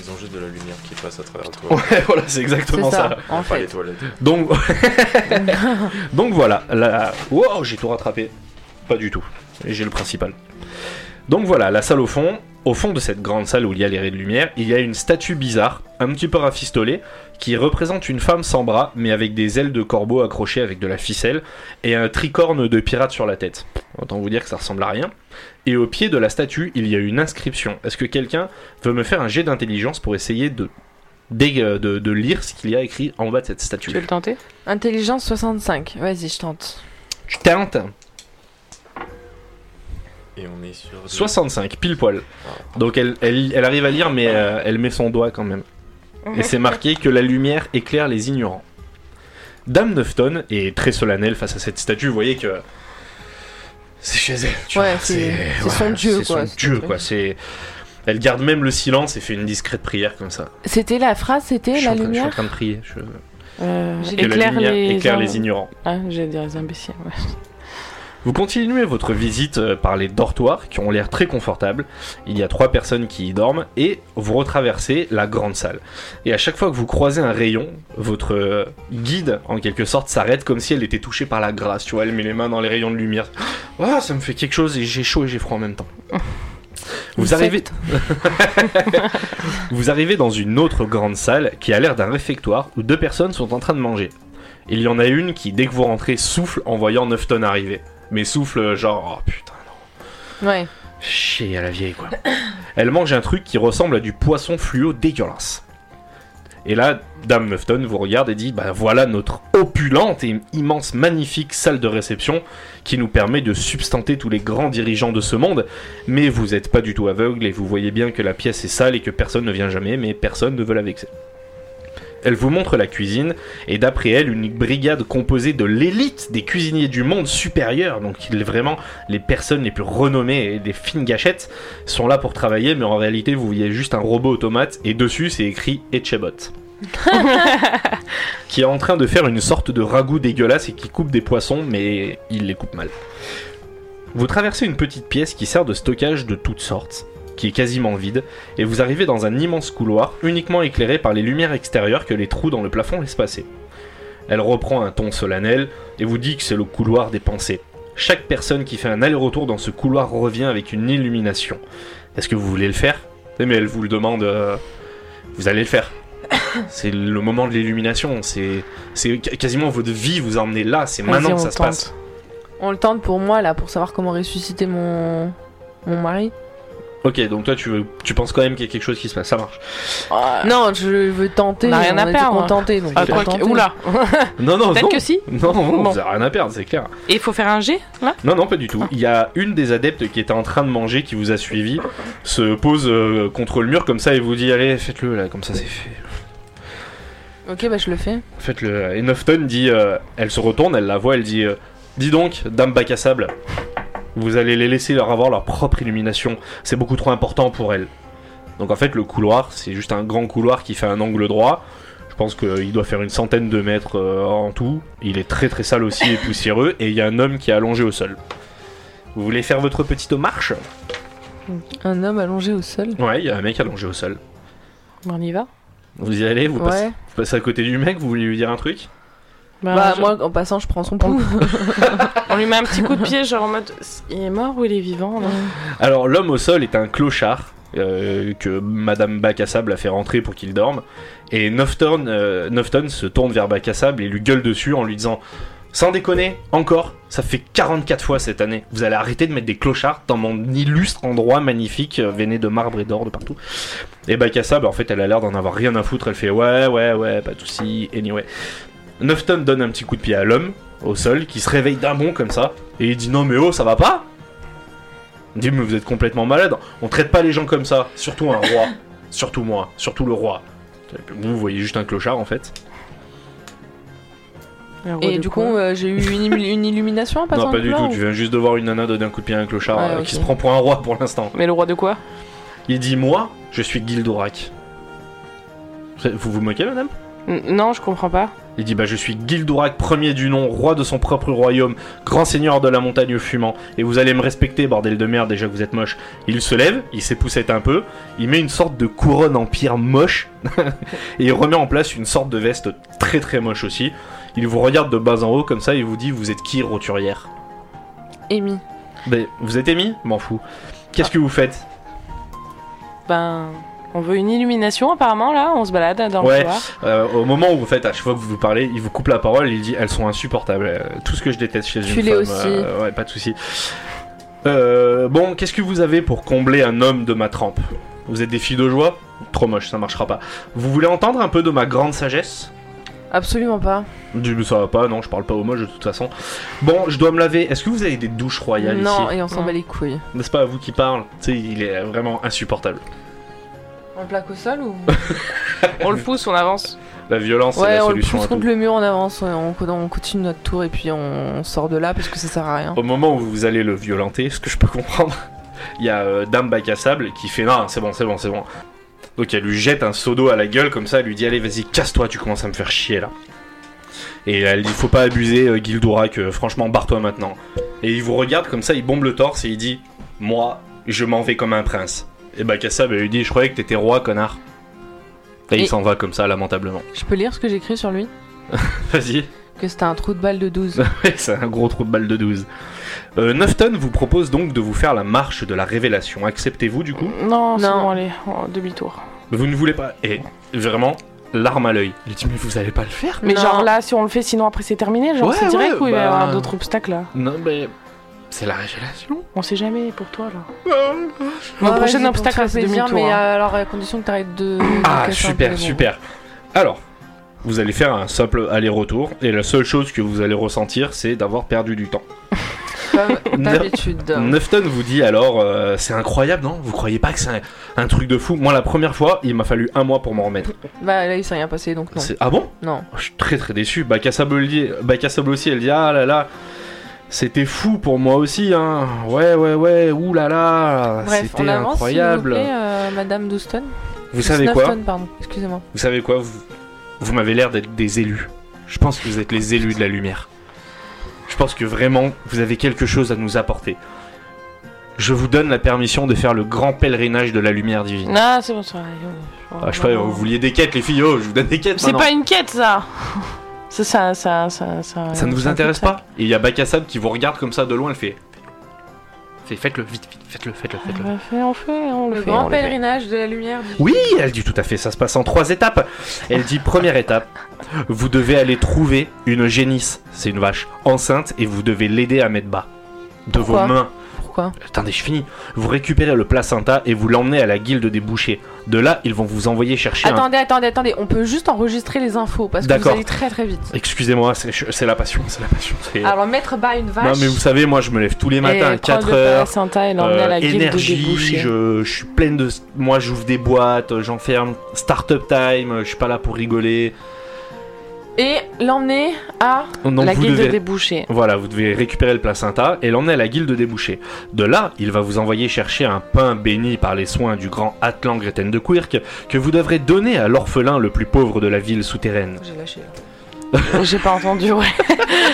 Speaker 4: Ils ont juste de la lumière qui passe à travers toi.
Speaker 1: Ouais, (laughs) voilà, c'est
Speaker 2: C'est
Speaker 1: exactement
Speaker 2: ça,
Speaker 1: ça.
Speaker 2: en
Speaker 4: Pas les
Speaker 2: fait.
Speaker 4: toilettes.
Speaker 1: Donc, (laughs) donc voilà. La... Wow, j'ai tout rattrapé. Pas du tout. Et J'ai le principal. Donc voilà, la salle au fond. Au fond de cette grande salle où il y a les raies de lumière, il y a une statue bizarre, un petit peu rafistolée, qui représente une femme sans bras, mais avec des ailes de corbeau accrochées avec de la ficelle, et un tricorne de pirate sur la tête. Autant vous dire que ça ressemble à rien. Et au pied de la statue, il y a une inscription. Est-ce que quelqu'un veut me faire un jet d'intelligence pour essayer de, dég- de, de lire ce qu'il y a écrit en bas de cette statue
Speaker 3: Tu veux le tenter
Speaker 2: Intelligence 65. Vas-y, je tente.
Speaker 1: Tu tentes
Speaker 4: Et on est sur. des-
Speaker 1: 65, pile poil.
Speaker 2: Ah.
Speaker 1: Donc elle, elle, elle arrive à lire, mais euh, elle met son doigt quand même.
Speaker 2: Mhm.
Speaker 1: Et c'est marqué que la lumière éclaire les ignorants. Dame Nefton est très solennelle face à cette statue. Vous voyez que c'est chez elle. tu
Speaker 2: Ouais,
Speaker 1: vois,
Speaker 2: c'est- c'est son dieu,
Speaker 1: c'est son
Speaker 2: quoi, c'est
Speaker 1: dieu,
Speaker 2: un truc.
Speaker 1: quoi. C'est. Elle garde même le silence et fait une discrète prière comme ça.
Speaker 2: C'était la phrase, c'était
Speaker 1: je, suis
Speaker 2: la
Speaker 1: en train, je suis en
Speaker 2: lumière
Speaker 1: train de prier. je-
Speaker 3: Euh,
Speaker 2: J'ai-
Speaker 1: Que la
Speaker 3: éclaire
Speaker 1: lumière
Speaker 3: les,
Speaker 1: éclaire les
Speaker 3: im-
Speaker 1: ignorants.
Speaker 3: Ah, j'allais dire les imbéciles. ouais.
Speaker 1: Vous continuez votre visite euh, par les dortoirs qui ont l'air très confortables. Il y a trois personnes qui y dorment et vous retraversez la grande salle. Et à chaque fois que vous croisez un rayon, votre euh, guide en quelque sorte s'arrête comme si elle était touchée par la grâce. Tu vois, elle met les mains dans les rayons de lumière. Ah, ça me fait quelque chose et j'ai chaud et j'ai froid en même temps. Vous
Speaker 2: Une
Speaker 1: arrivez,
Speaker 2: secte.
Speaker 1: (laughs) vous arrivez dans une autre grande salle qui a l'air d'un réfectoire où deux personnes sont en train de manger. Il y en a une qui, dès que vous rentrez, souffle en voyant 9 tonnes arriver. Mais souffle euh, genre, oh putain, non.
Speaker 2: Ouais.
Speaker 1: (coughs) Chier à la vieille, quoi. Elle mange un truc qui ressemble à du poisson fluo dégueulasse. Et là, Dame Mufton vous regarde et dit Bah voilà notre opulente et immense, magnifique salle de réception qui nous permet de substanter tous les grands dirigeants de ce monde. Mais vous n'êtes pas du tout aveugle et vous voyez bien que la pièce est sale et que personne ne vient jamais, mais personne ne veut la vexer. Elle vous montre la cuisine et d'après elle, une brigade composée de l'élite des cuisiniers du monde supérieur, donc il est vraiment les personnes les plus renommées et des fines gâchettes, sont là pour travailler, mais en réalité, vous voyez juste un robot automate et dessus, c'est écrit Etchebot. qui est en train de faire une sorte de ragoût dégueulasse et qui coupe des poissons, mais il les coupe mal. Vous traversez une petite pièce qui sert de stockage de toutes sortes, qui est quasiment vide, et vous arrivez dans un immense couloir uniquement éclairé par les lumières extérieures que les trous dans le plafond laissent passer. Elle reprend un ton solennel et vous dit que c'est le couloir des pensées. Chaque personne qui fait un aller-retour dans ce couloir revient avec une illumination. Est-ce que vous voulez le faire Eh, Mais elle vous le demande. euh, vous allez le faire. (coughs) C'est le moment de l'illumination. C'est c'est qu- quasiment votre vie vous a emmené là. C'est
Speaker 2: Vas-y,
Speaker 1: maintenant
Speaker 2: on
Speaker 1: que ça se
Speaker 2: tente.
Speaker 1: passe.
Speaker 2: On le tente pour moi là, pour savoir comment ressusciter mon, mon mari.
Speaker 1: Ok, donc toi tu, veux- tu penses quand même qu'il y a quelque chose qui se passe. Ça marche. Ah.
Speaker 2: Non, je veux tenter.
Speaker 3: Ah. On a rien à
Speaker 2: était
Speaker 3: perdre.
Speaker 2: contentés, donc
Speaker 3: Ah,
Speaker 2: je vais
Speaker 3: quoi que-
Speaker 2: tenter.
Speaker 3: Oula
Speaker 1: Non, non, non.
Speaker 3: Ah. Peut-être que si.
Speaker 1: Non, non,
Speaker 3: Bon.
Speaker 1: vous avez rien à perdre, c'est clair.
Speaker 3: Et il faut faire un G là
Speaker 1: Non, non, pas du
Speaker 3: Ah.
Speaker 1: tout. Il y a une des adeptes qui était en train de manger, qui vous a suivi, se pose euh, contre le mur comme ça et vous dit Allez, faites-le là, comme ça c'est fait.
Speaker 2: Ok, bah je le fais.
Speaker 1: Faites-le. là. Et Nofton dit euh, Elle se retourne, elle la voit, elle dit euh, Dis donc, dame bac à sable, vous allez les laisser leur avoir leur propre illumination. C'est beaucoup trop important pour elle. Donc en fait, le couloir, c'est juste un grand couloir qui fait un angle droit. Je pense qu'il doit faire une centaine de mètres euh, en tout. Il est très très sale aussi et poussiéreux. Et il y a un homme qui est allongé au sol. Vous voulez faire votre petite marche
Speaker 2: Un homme allongé au sol.
Speaker 1: Ouais, il y a un mec allongé au sol.
Speaker 3: Bah, On y va.
Speaker 1: Vous y allez, vous, passez,
Speaker 2: Ouais.
Speaker 1: vous passez à côté du mec, vous voulez lui dire un truc
Speaker 2: Bah
Speaker 3: je-
Speaker 2: moi, en passant, je prends son pouls.
Speaker 3: On lui met un petit (laughs) coup de pied, genre en mode il est mort ou il est vivant là
Speaker 1: Alors l'homme au sol est un clochard euh, que Madame Bac à sable a fait rentrer pour qu'il dorme. Et Nofton, euh, Nofton se tourne vers Bac à sable et lui gueule dessus en lui disant Sans déconner, encore, ça fait 44 fois cette année. Vous allez arrêter de mettre des clochards dans mon illustre endroit magnifique, euh, veiné de marbre et d'or de partout. Et Bac à sable, en fait, elle a l'air d'en avoir rien à foutre. Elle fait Ouais, ouais, ouais, pas de soucis, anyway. Nofton donne un petit coup de pied à l'homme au sol qui se réveille d'un bond comme ça et il dit Non, mais oh, ça va pas il dit mais vous êtes complètement malade, on traite pas les gens comme ça, surtout un
Speaker 2: (laughs)
Speaker 1: roi, surtout moi, surtout le roi. Vous vous voyez juste un clochard en fait.
Speaker 2: Et du coup, euh, j'ai eu une, im- une illumination en passant.
Speaker 1: non pas
Speaker 2: le
Speaker 1: du tout,
Speaker 2: couloir,
Speaker 1: tu viens juste de voir une nana donner un coup de pied à un clochard
Speaker 2: Ouais,
Speaker 1: euh,
Speaker 2: ok.
Speaker 1: qui se prend pour un roi pour l'instant.
Speaker 3: (laughs) Mais le roi euh, de quoi
Speaker 1: Il dit moi, je suis Gildorak. Vous vous moquez madame
Speaker 3: N- Non, je comprends pas.
Speaker 1: Il dit bah je suis Gildorak, premier du nom, roi de son propre royaume, grand seigneur de la montagne fumant, et vous allez me respecter, bordel de merde, déjà que vous êtes moche. Il se lève, il s'époussette un peu, il met une sorte de couronne en pierre moche, (laughs) et il remet en place une sorte de veste très très moche aussi. Il vous regarde de bas en haut comme ça et vous dit vous êtes qui roturière
Speaker 2: ou- Amy.
Speaker 1: Ben vous êtes émis M'en fous. Qu'est-ce que vous faites
Speaker 3: Ben, on veut une illumination apparemment là, on se balade dans le
Speaker 1: Ouais.
Speaker 3: couloir.
Speaker 1: Euh, Au moment où en fait à chaque fois que vous vous parlez, il vous coupe la parole, il dit elles sont insupportables. Euh, Tout ce que je déteste chez
Speaker 2: Tu
Speaker 1: une
Speaker 2: l'es
Speaker 1: femme.
Speaker 2: aussi.
Speaker 1: euh, ouais, pas de souci. Euh, bon, qu'est-ce que vous avez pour combler un homme de ma trempe Vous êtes des filles de joie Trop moche, ça marchera pas. Vous voulez entendre un peu de ma grande sagesse
Speaker 2: Absolument pas.
Speaker 1: Du mais ça va pas, non, je parle pas aux moches de toute façon. Bon, je dois me laver. Est-ce que vous avez des douches royales
Speaker 2: non,
Speaker 1: ici
Speaker 2: et on s'en
Speaker 3: Non.
Speaker 2: bat les couilles.
Speaker 1: N'est-ce pas à vous qui parle Tu sais, il est vraiment insupportable.
Speaker 2: On le plaque au sol ou
Speaker 3: On le pousse, on avance.
Speaker 1: La violence, c'est
Speaker 2: Ouais,
Speaker 1: la
Speaker 2: on le
Speaker 1: solution
Speaker 2: pousse
Speaker 1: à tout.
Speaker 2: contre le mur, on avance, ouais, on, on continue notre tour et puis on, on sort de là parce que ça sert à rien.
Speaker 1: Au moment où vous allez le violenter, ce que je peux comprendre, (laughs) il y a euh, Dame Bac à Sable qui fait Non, c'est bon, c'est bon, c'est bon. Donc elle lui jette un seau d'eau à la gueule, comme ça, elle lui dit Allez, vas-y, casse-toi, tu commences à me faire chier là. Et elle dit Faut pas abuser, euh, Gildorak, euh, franchement, barre-toi maintenant. Et il vous regarde comme ça, il bombe le torse et il dit Moi, je m'en vais comme un prince. Et Bac à Sable, elle lui dit Je croyais que t'étais roi, connard. Et il
Speaker 2: Et-
Speaker 1: s'en va comme ça, lamentablement. (laughs)
Speaker 2: Je peux lire ce que j'écris sur lui
Speaker 1: Vas-y.
Speaker 2: Que c'était un trou de balle de 12.
Speaker 1: Ouais, c'est un gros trou de balle de 12. Euh, Nufton vous propose donc de vous faire la marche de la révélation. Acceptez-vous du coup
Speaker 3: Non, c'est
Speaker 2: Non.
Speaker 3: bon, allez, en demi-tour.
Speaker 1: Vous ne voulez pas. Et vraiment, larme à l'œil. Il dit Mais vous allez pas le faire
Speaker 3: Mais
Speaker 2: Non.
Speaker 3: genre là, si on le fait, sinon après c'est terminé, genre
Speaker 1: Ouais,
Speaker 3: c'est direct
Speaker 1: ouais,
Speaker 3: ou il va y
Speaker 1: bah-
Speaker 3: avoir d'autres obstacles là
Speaker 1: Non, mais. C'est la révélation
Speaker 3: On sait jamais pour toi là.
Speaker 2: Mon
Speaker 3: Mon prochain obstacle c'est
Speaker 2: plaisir,
Speaker 3: demi-tour.
Speaker 2: mais
Speaker 3: hein.
Speaker 2: euh, alors à condition que t'arrêtes de. de
Speaker 1: Ah,
Speaker 2: casser un peu
Speaker 1: super,
Speaker 2: les bonbons.
Speaker 1: super Alors, vous allez faire un simple aller-retour et la seule chose que vous allez ressentir, c'est d'avoir perdu du temps.
Speaker 2: Comme
Speaker 1: Neuf-
Speaker 2: d'habitude.
Speaker 1: Neufton vous dit alors, euh, c'est incroyable, non Vous croyez pas que c'est un, un truc de fou Moi, la première fois, il m'a fallu un mois pour m'en remettre.
Speaker 2: Bah là, il s'est rien passé, donc non.
Speaker 1: C'est- Ah bon
Speaker 2: Non.
Speaker 1: Je suis très très déçu. Bac à sable, lié- Bac à sable aussi, elle dit Ah là là, c'était fou pour moi aussi. Hein. Ouais, ouais, ouais, ouh là là,
Speaker 2: Bref, on
Speaker 1: Ah, c'était
Speaker 2: avance,
Speaker 1: incroyable.
Speaker 2: s'il vous plaît, euh, Madame Douston.
Speaker 1: Vous savez quoi
Speaker 2: Snowston, pardon, excusez-moi.
Speaker 1: Vous savez quoi Vous, vous m'avez l'air d'être des élus. Je pense que vous êtes les élus de la lumière. Je pense que vraiment, vous avez quelque chose à nous apporter. Je vous donne la permission de faire le grand pèlerinage de la lumière divine.
Speaker 3: Non, c'est bon, ça.
Speaker 1: Ah, je sais pas, vous vouliez des quêtes, les filles, oh, je vous donne des quêtes.
Speaker 3: C'est
Speaker 1: maintenant.
Speaker 3: pas une quête, ça. Ça, ça, ça, ça, ça. euh,
Speaker 1: Ça ne vous
Speaker 3: ça
Speaker 1: intéresse
Speaker 3: fait ça.
Speaker 1: pas Et il y a Bac à sable qui vous regarde comme ça de loin, elle fait. Fait- Faites-le, vite, vite, faites-le, faites-le, faites-le.
Speaker 3: On le fait, on fait, hein, on le
Speaker 2: Le
Speaker 3: fait.
Speaker 2: grand
Speaker 3: on le fait.
Speaker 2: pèlerinage de la lumière du
Speaker 1: Oui, elle dit tout à fait, ça se passe en trois étapes. Elle dit première étape, vous devez aller trouver une génisse, c'est une vache enceinte, et vous devez l'aider à mettre bas. De
Speaker 2: Pourquoi
Speaker 1: vos mains.
Speaker 2: Pourquoi
Speaker 1: Attendez, je finis. Vous récupérez le placenta et vous l'emmenez à la guilde des bouchers. De là, ils vont vous envoyer chercher un.
Speaker 2: Attendez, attendez, attendez, on peut juste enregistrer les infos parce que vous
Speaker 1: D'accord.
Speaker 2: allez très très vite.
Speaker 1: Excusez-moi, c'est je- c'est la passion, c'est la passion. c'est-
Speaker 2: Alors, mettre bas une
Speaker 1: Non,
Speaker 2: vache.
Speaker 1: mais vous savez, moi je me lève tous les matins à
Speaker 3: Ah, Et prendre
Speaker 1: 4
Speaker 3: le
Speaker 1: heures.
Speaker 3: placenta et l'emmener à
Speaker 1: euh,
Speaker 3: la guilde des
Speaker 1: énergie,
Speaker 3: débouchés.
Speaker 1: je, je suis pleine de. Moi j'ouvre des boîtes, euh, j'enferme. Startup time, euh, je suis pas là pour rigoler.
Speaker 2: Et l'emmener à.
Speaker 1: Donc
Speaker 3: la
Speaker 1: vous
Speaker 3: guilde
Speaker 1: devez-
Speaker 3: des débouchés.
Speaker 1: Voilà, vous devez récupérer le placenta et l'emmener à la guilde des bouchers. De là, il va vous envoyer chercher un pain béni par les soins du grand Atlan Greten de Quirk que vous devrez donner à l'orphelin le plus pauvre de la ville souterraine.
Speaker 2: J'ai lâché. là. (laughs)
Speaker 3: J'ai pas entendu, ouais.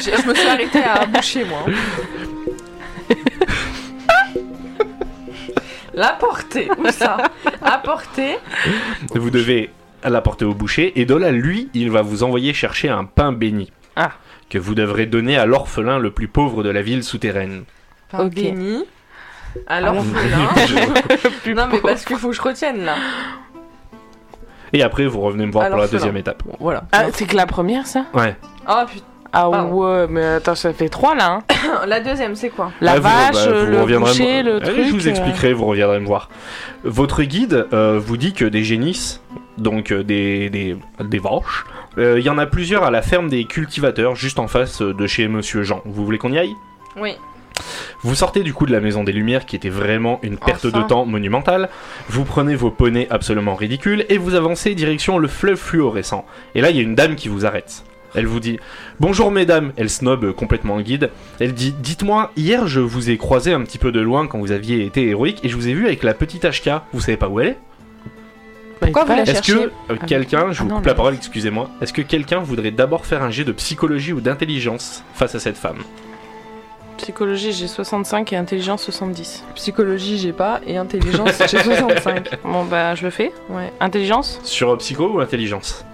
Speaker 2: Je je me suis arrêtée à boucher moi. hein.
Speaker 3: (laughs)
Speaker 2: La portée, où ça La portée.
Speaker 1: Vous devez l'apporter au boucher et de là, lui, il va vous envoyer chercher un pain béni
Speaker 3: Ah.
Speaker 1: que vous devrez donner à l'orphelin le plus pauvre de la ville souterraine.
Speaker 2: Enfin,
Speaker 3: Ok.
Speaker 2: béni.
Speaker 1: (laughs)
Speaker 2: Alors, non, mais parce qu'il faut que je retienne là.
Speaker 1: Et après, vous revenez me voir
Speaker 2: À
Speaker 1: pour la
Speaker 2: l'orphelin.
Speaker 1: deuxième étape.
Speaker 2: Bon, voilà.
Speaker 3: Ah, c'est que la première, ça
Speaker 1: Ouais.
Speaker 2: Ah putain.
Speaker 3: Ah
Speaker 2: Pardon.
Speaker 3: ouais, mais attends, ça fait trois là. hein.
Speaker 2: La deuxième, c'est quoi
Speaker 3: La
Speaker 1: Ah, vous-
Speaker 3: vache,
Speaker 1: bah, vous
Speaker 3: le
Speaker 1: reviendrez me-
Speaker 3: boucher, le
Speaker 1: Eh,
Speaker 3: truc.
Speaker 1: Je vous
Speaker 3: euh,
Speaker 1: expliquerai, vous reviendrez me voir. Votre guide euh, vous dit que des génisses, donc euh, des, des, des vaches, euh, il y en a plusieurs à la ferme des cultivateurs, juste en face euh, de chez Monsieur Jean. Vous voulez qu'on y aille
Speaker 2: Oui.
Speaker 1: Vous sortez du coup de la Maison des Lumières, qui était vraiment une
Speaker 3: Ah,
Speaker 1: perte
Speaker 2: Enfin.
Speaker 1: de temps monumentale. Vous prenez vos poneys absolument ridicules et vous avancez direction le fleuve fluorescent. Et là, il y a une dame qui vous arrête. Elle vous dit Bonjour mesdames, elle snob euh, complètement le guide. Elle dit Dites-moi, hier je vous ai croisé un petit peu de loin quand vous aviez été héroïque et je vous ai vu avec la petite HK. Vous savez pas où elle est
Speaker 3: Pourquoi vous la
Speaker 1: Est-ce que
Speaker 3: cherchez
Speaker 1: euh, quelqu'un, je
Speaker 3: Ah
Speaker 1: vous
Speaker 3: non,
Speaker 1: coupe
Speaker 3: mais-
Speaker 1: la parole, excusez-moi, est-ce que quelqu'un voudrait d'abord faire un jet de psychologie ou d'intelligence face à cette femme
Speaker 3: Psychologie, j'ai 65 et intelligence 70.
Speaker 2: Psychologie, j'ai pas. Et intelligence, j'ai 65.
Speaker 3: Bon bah je le fais.
Speaker 2: (laughs) Ouais.
Speaker 3: Intelligence
Speaker 1: Sur euh, psycho ou intelligence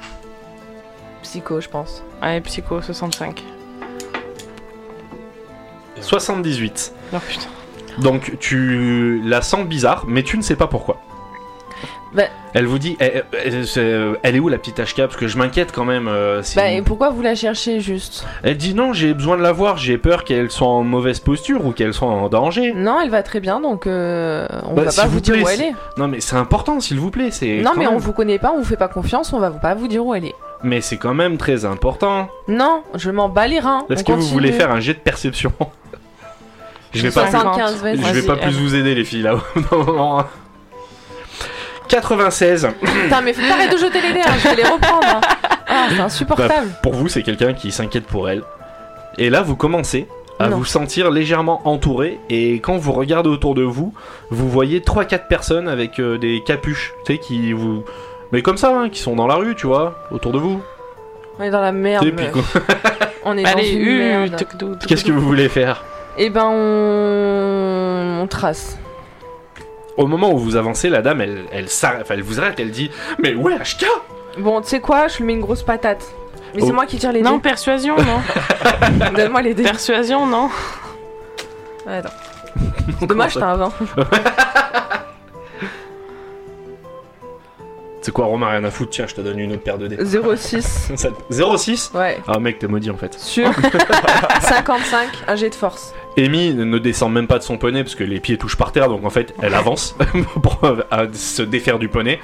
Speaker 2: Psycho, je pense.
Speaker 3: Allez, psycho 65.
Speaker 1: 78.
Speaker 3: Non putain.
Speaker 1: Donc tu la sens bizarre, mais tu ne sais pas pourquoi.
Speaker 2: Bah-
Speaker 1: Elle vous dit, eh, eh, eh, c'est- euh, elle est où la petite HK Parce que je m'inquiète quand même. euh, c'est
Speaker 2: Bah,
Speaker 1: une-
Speaker 2: et pourquoi vous la cherchez juste
Speaker 1: Elle dit non, j'ai besoin de la voir, j'ai peur qu'elle soit en mauvaise posture ou qu'elle soit en danger.
Speaker 2: Non, elle va très bien, donc euh, on
Speaker 1: Bah,
Speaker 2: va
Speaker 1: s'il
Speaker 2: pas
Speaker 1: vous
Speaker 2: vous dire
Speaker 1: plaît,
Speaker 2: où elle
Speaker 1: si-
Speaker 2: est.
Speaker 1: Non mais c'est important, s'il vous plaît. C'est
Speaker 2: Non,
Speaker 1: quand
Speaker 2: mais on
Speaker 1: même-
Speaker 2: vous connaît pas, on vous fait pas confiance, on va pas vous dire où elle est.
Speaker 1: mais c'est quand même très important.
Speaker 2: Non, je m'en bats les reins.
Speaker 1: Est-ce
Speaker 2: on
Speaker 1: que vous
Speaker 2: continue.
Speaker 1: voulez faire un jet de perception Je vais pas
Speaker 3: 65.
Speaker 2: 75, vas-y.
Speaker 1: Je vais pas
Speaker 3: Vas-y,
Speaker 1: plus
Speaker 3: allez.
Speaker 1: vous aider les filles là. (laughs) Non, non, non. 96.
Speaker 2: Putain, mais faut t'arrêter de jeter les dés, hein, je vais les reprendre. hein. Ah, c'est insupportable.
Speaker 1: Pour vous, c'est quelqu'un qui s'inquiète pour elle. Et là, vous commencez à
Speaker 2: Non.
Speaker 1: vous sentir légèrement entouré. Et quand vous regardez autour de vous, vous voyez 3-4 personnes avec euh, des capuches, tu sais, qui vous. Mais comme ça, hein, qui sont dans la rue, tu vois, autour de vous.
Speaker 2: On est dans la merde.
Speaker 1: Tu sais, puis
Speaker 2: meuf.
Speaker 1: quoi-
Speaker 2: On est
Speaker 3: Allez,
Speaker 2: dans une
Speaker 3: hu,
Speaker 2: merde.
Speaker 3: tuc, dou, tuc,
Speaker 1: Qu'est-ce que
Speaker 3: dou.
Speaker 1: vous voulez faire
Speaker 2: Eh ben, on, on trace.
Speaker 1: Au moment où vous avancez, la dame, elle, elle, s'arrête- enfin, elle vous arrête, elle dit Mais ouais, HK
Speaker 2: Bon, tu sais quoi, je lui mets une grosse patate. Mais
Speaker 1: Oh.
Speaker 2: c'est moi qui tire les
Speaker 3: Non, persuasion, (laughs) non
Speaker 2: dés.
Speaker 3: (laughs)
Speaker 2: Donne-moi les dés.
Speaker 3: Persuasion, non
Speaker 2: Ouais, attends. C'est dommage, t'as un 20.
Speaker 1: C'est quoi, Romain, rien à foutre, tiens, je te donne une autre paire de dés.
Speaker 2: 06.
Speaker 1: Ça- 06
Speaker 2: Ouais.
Speaker 1: Ah, mec, t'es maudit en fait. (laughs)
Speaker 2: Sur 55, un jet de force.
Speaker 1: Amy ne descend même pas de son poney parce que les pieds touchent par terre, donc en fait, elle avance (laughs) pour euh, à se défaire du poney.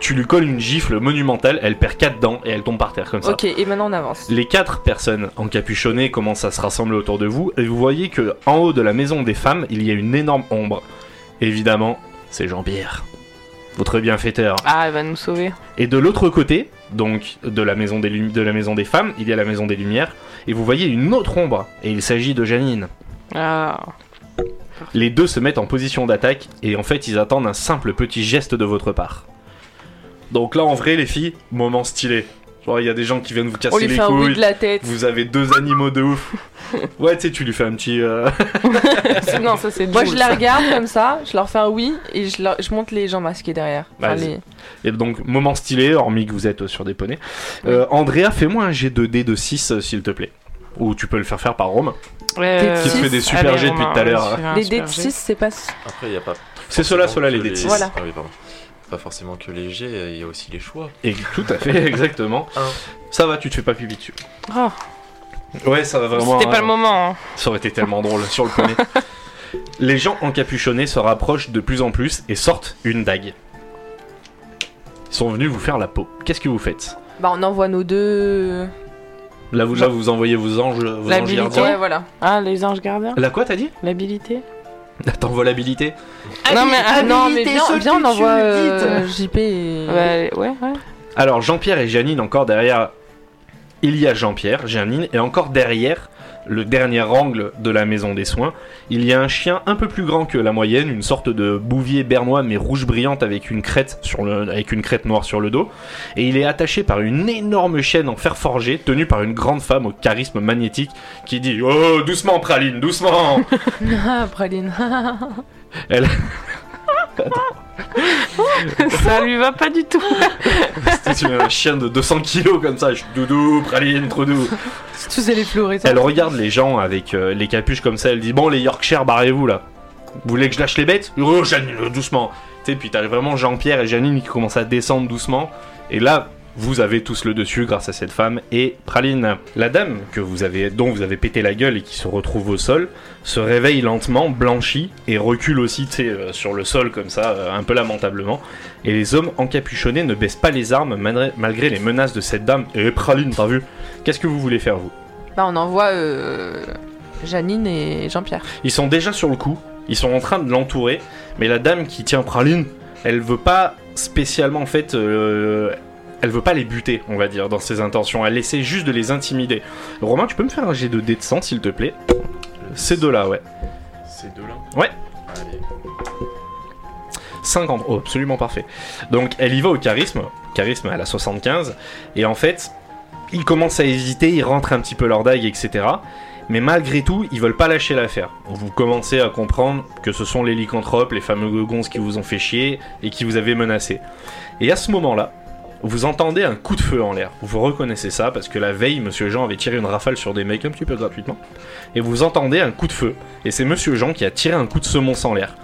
Speaker 1: Tu lui colles une gifle monumentale, elle perd 4 dents et elle tombe par terre comme ça.
Speaker 2: Ok, et maintenant on avance.
Speaker 1: Les quatre personnes encapuchonnées commencent à se rassembler autour de vous et vous voyez que en haut de la maison des femmes, il y a une énorme ombre. Évidemment, c'est Jean-Pierre, votre bienfaiteur.
Speaker 3: Ah, elle va nous sauver.
Speaker 1: Et de l'autre côté, donc de la maison des lumi- de la maison des femmes, il y a la maison des lumières et vous voyez une autre ombre et il s'agit de Janine.
Speaker 3: Ah.
Speaker 1: Les deux se mettent en position d'attaque et en fait ils attendent un simple petit geste de votre part. Donc là en vrai les filles, moment stylé. Genre il y a des gens qui viennent vous casser
Speaker 2: On lui
Speaker 1: les
Speaker 2: fait un bruit
Speaker 1: couilles.
Speaker 2: de la tête.
Speaker 1: Vous avez deux animaux de ouf. Ouais tu sais tu lui fais un petit... euh,
Speaker 3: non, ça c'est
Speaker 2: Moi
Speaker 3: Jules,
Speaker 2: je la
Speaker 1: (laughs)
Speaker 3: ça.
Speaker 2: regarde comme ça, je leur fais un oui et je, leur- je monte les gens masqués derrière. Enfin,
Speaker 1: Vas-y.
Speaker 2: les-
Speaker 1: Et donc moment stylé hormis que vous êtes euh, sur des poneys. Euh, Andrea fais-moi un G2D de 6 euh, s'il te plaît. Ou tu peux le faire faire par Rome.
Speaker 3: Euh,
Speaker 1: Qui te fait des super
Speaker 3: allez,
Speaker 1: jets depuis
Speaker 3: Romain,
Speaker 1: tout à l'heure.
Speaker 3: on va faire un
Speaker 2: Les
Speaker 3: super
Speaker 2: dés de
Speaker 3: jet.
Speaker 2: 6, c'est pas.
Speaker 4: Après, il n'y a pas.
Speaker 1: C'est cela,
Speaker 4: forcément
Speaker 1: cela, les
Speaker 4: que
Speaker 1: dés de six.
Speaker 2: Voilà.
Speaker 4: Ah oui, pardon. Pas forcément que les jets, il y a aussi les choix.
Speaker 1: Et tout à fait (laughs) exactement.
Speaker 4: Un.
Speaker 1: Ça va tu te fais pas pipi dessus.
Speaker 3: Oh,
Speaker 1: Ouais ça va vraiment...
Speaker 3: C'était pas
Speaker 1: hein.
Speaker 3: le moment. hein.
Speaker 1: Ça aurait été tellement drôle sur le poney. Les gens encapuchonnés se rapprochent de plus en plus et sortent une dague. Ils sont venus vous faire la peau. Qu'est-ce que vous faites
Speaker 2: Bah on envoie nos deux.
Speaker 1: là vous, là, vous envoyez vos anges, vos anges
Speaker 3: L'habilité.
Speaker 1: gardiens.
Speaker 2: Ouais, voilà.
Speaker 3: Ah, les anges gardiens.
Speaker 1: La quoi t'as dit
Speaker 3: L'habilité.
Speaker 1: Attends, volabilité.
Speaker 3: Non, mais ah,
Speaker 2: non, mais bien, bien on envoie euh, JP et.
Speaker 3: Ouais, Bah, ouais, ouais. (laughs)
Speaker 1: Alors Jean-Pierre et Janine encore derrière. Il y a Jean-Pierre, Janine, et encore derrière, le dernier angle de la maison des soins, il y a un chien un peu plus grand que la moyenne, une sorte de bouvier bernois mais rouge brillante avec une crête, sur le, avec une crête noire sur le dos, et il est attaché par une énorme chaîne en fer forgé tenue par une grande femme au charisme magnétique qui dit Oh doucement Praline, doucement
Speaker 2: Ah, Praline.
Speaker 3: ça lui va pas du tout.
Speaker 1: C'était une- un chien de 200 kilos comme ça, je suis doudou, Praline, trop doux
Speaker 2: Tous allez
Speaker 3: hein.
Speaker 2: pleurer. ça.
Speaker 1: Elle
Speaker 3: (laughs)
Speaker 1: regarde les gens avec euh, les capuches comme ça, elle dit Bon, les Yorkshire, barrez-vous là. Vous voulez que je lâche les bêtes Oh, Janine, euh, doucement Tu sais, puis t'as vraiment Jean-Pierre et Janine qui commencent à descendre doucement. Et là, vous avez tous le dessus grâce à cette femme et Praline. La dame que vous avez, dont vous avez pété la gueule et qui se retrouve au sol se réveille lentement, blanchit et recule aussi tu sais, euh, sur le sol comme ça, euh, un peu lamentablement. Et les hommes encapuchonnés ne baissent pas les armes malgré- malgré les menaces de cette dame. Et Praline, t'as vu Qu'est-ce que vous voulez faire, vous
Speaker 2: Bah on envoie euh, Janine et Jean-Pierre.
Speaker 1: Ils sont déjà sur le coup, ils sont en train de l'entourer, mais la dame qui tient Praline, elle veut pas spécialement en fait. euh, elle veut pas les buter, on va dire, dans ses intentions. Elle essaie juste de les intimider. Romain, tu peux me faire un jet de dé de sang, s'il te plaît Ces deux-là, ouais.
Speaker 4: Ces (laughs) deux-là
Speaker 1: Ouais.
Speaker 4: Allez.
Speaker 1: 50, oh, absolument parfait. Donc elle y va au charisme, charisme elle a 75, et en fait, ils commencent à hésiter, ils rentrent un petit peu leur dague, etc. Mais malgré tout, ils veulent pas lâcher l'affaire. Vous commencez à comprendre que ce sont les lycanthropes, les fameux gogons qui vous ont fait chier et qui vous avez menacé. Et à ce moment-là, vous entendez un coup de feu en l'air. Vous reconnaissez ça parce que la veille, Monsieur Jean avait tiré une rafale sur des mecs un petit peu gratuitement. Et vous entendez un coup de feu. Et c'est Monsieur Jean qui a tiré un coup de semonce en l'air.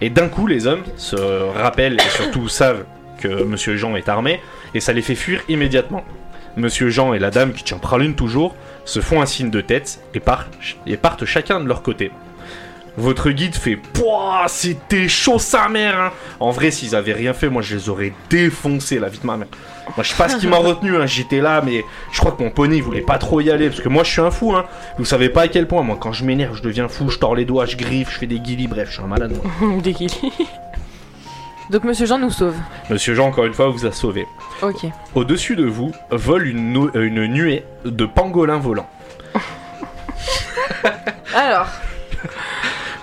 Speaker 1: Et d'un coup, les hommes se rappellent et surtout (coughs) savent que Monsieur Jean est armé, et ça les fait fuir immédiatement. Monsieur Jean et la dame qui tient praline toujours se font un signe de tête et, par- et partent chacun de leur côté. Votre guide fait Pouah, c'était chaud sa mère hein. En vrai, s'ils avaient rien fait, moi je les aurais défoncés la vie de ma mère. Moi je sais pas ce qui m'a retenu, hein. j'étais là, mais je crois que mon poney il voulait pas trop y aller parce que moi je suis un fou. Hein. Vous savez pas à quel point, moi quand je m'énerve, je deviens fou, je tords les doigts, je griffe, je fais des guillis, bref, je suis un malade. moi.
Speaker 3: Dès qu'il
Speaker 2: Donc Monsieur Jean nous sauve.
Speaker 1: Monsieur Jean, encore une fois, vous a sauvé.
Speaker 2: Ok.
Speaker 1: Au-dessus de vous vole une, nou- euh, une nuée de pangolins volants.
Speaker 2: Alors,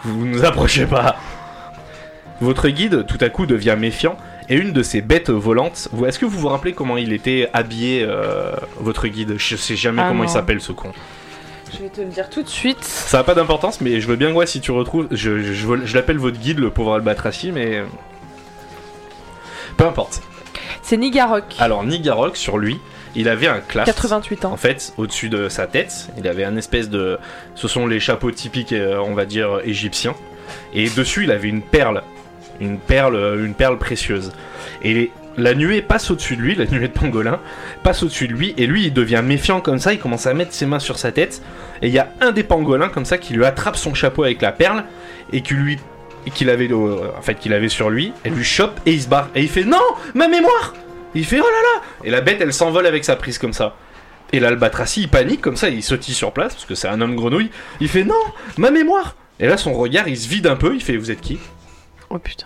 Speaker 1: Vous ne nous approchez pas. Votre guide, tout à coup, devient méfiant et une de ces bêtes volantes. vous- Est-ce que vous vous rappelez comment il était habillé, euh, votre guide Je sais jamais
Speaker 3: Ah
Speaker 1: comment il
Speaker 3: non.
Speaker 1: s'appelle ce con.
Speaker 2: je vais te le dire tout de suite.
Speaker 1: Ça n'a pas d'importance, mais je veux bien que ouais, si tu retrouves. Je, je- je veux- je l'appelle votre guide, le pauvre Albatraci, mais. euh, Peu importe.
Speaker 2: C'est Nigarok,
Speaker 3: Ah,
Speaker 1: Alors, Nigarok, sur lui, il avait un clash.
Speaker 2: 88 ans.
Speaker 1: En fait, au-dessus de sa tête, il avait un espèce de. Ce sont les chapeaux typiques, euh, on va dire, égyptiens. Et dessus, il avait une perle. Une perle, euh, une perle précieuse. Et La nuée passe au-dessus de lui, la nuée de pangolin passe au-dessus de lui, et lui il devient méfiant comme ça, il commence à mettre ses mains sur sa tête, et il y a un des pangolins comme ça qui lui attrape son chapeau avec la perle, et qui lui et qu'il avait euh, en fait qu'il avait sur lui, elle lui chope et il se barre et il fait non ma mémoire Et il fait oh là là et la bête elle s'envole avec sa prise comme ça et l'albatracie il panique comme ça il sautille sur place parce que c'est un homme grenouille il fait non ma mémoire et là son regard il se vide un peu il fait vous êtes qui
Speaker 3: Oh putain.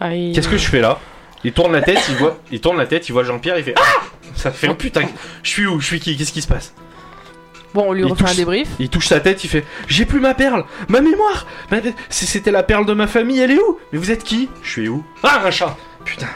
Speaker 3: Aïe.
Speaker 1: qu'est-ce que je fais là il tourne la tête il voit il tourne la tête il voit Jean-Pierre il fait ah ça fait oh putain je suis où je suis qui qu'est-ce qui se passe
Speaker 3: Oh.
Speaker 2: Bon, on lui
Speaker 1: Il
Speaker 2: refait un
Speaker 1: touche-
Speaker 2: débrief.
Speaker 3: (laughs)
Speaker 1: Il touche sa tête, il fait J'ai plus ma perle Ma mémoire Ma- si C'était la perle de ma famille, elle est où Mais vous êtes qui Je suis où Ah, un chat Putain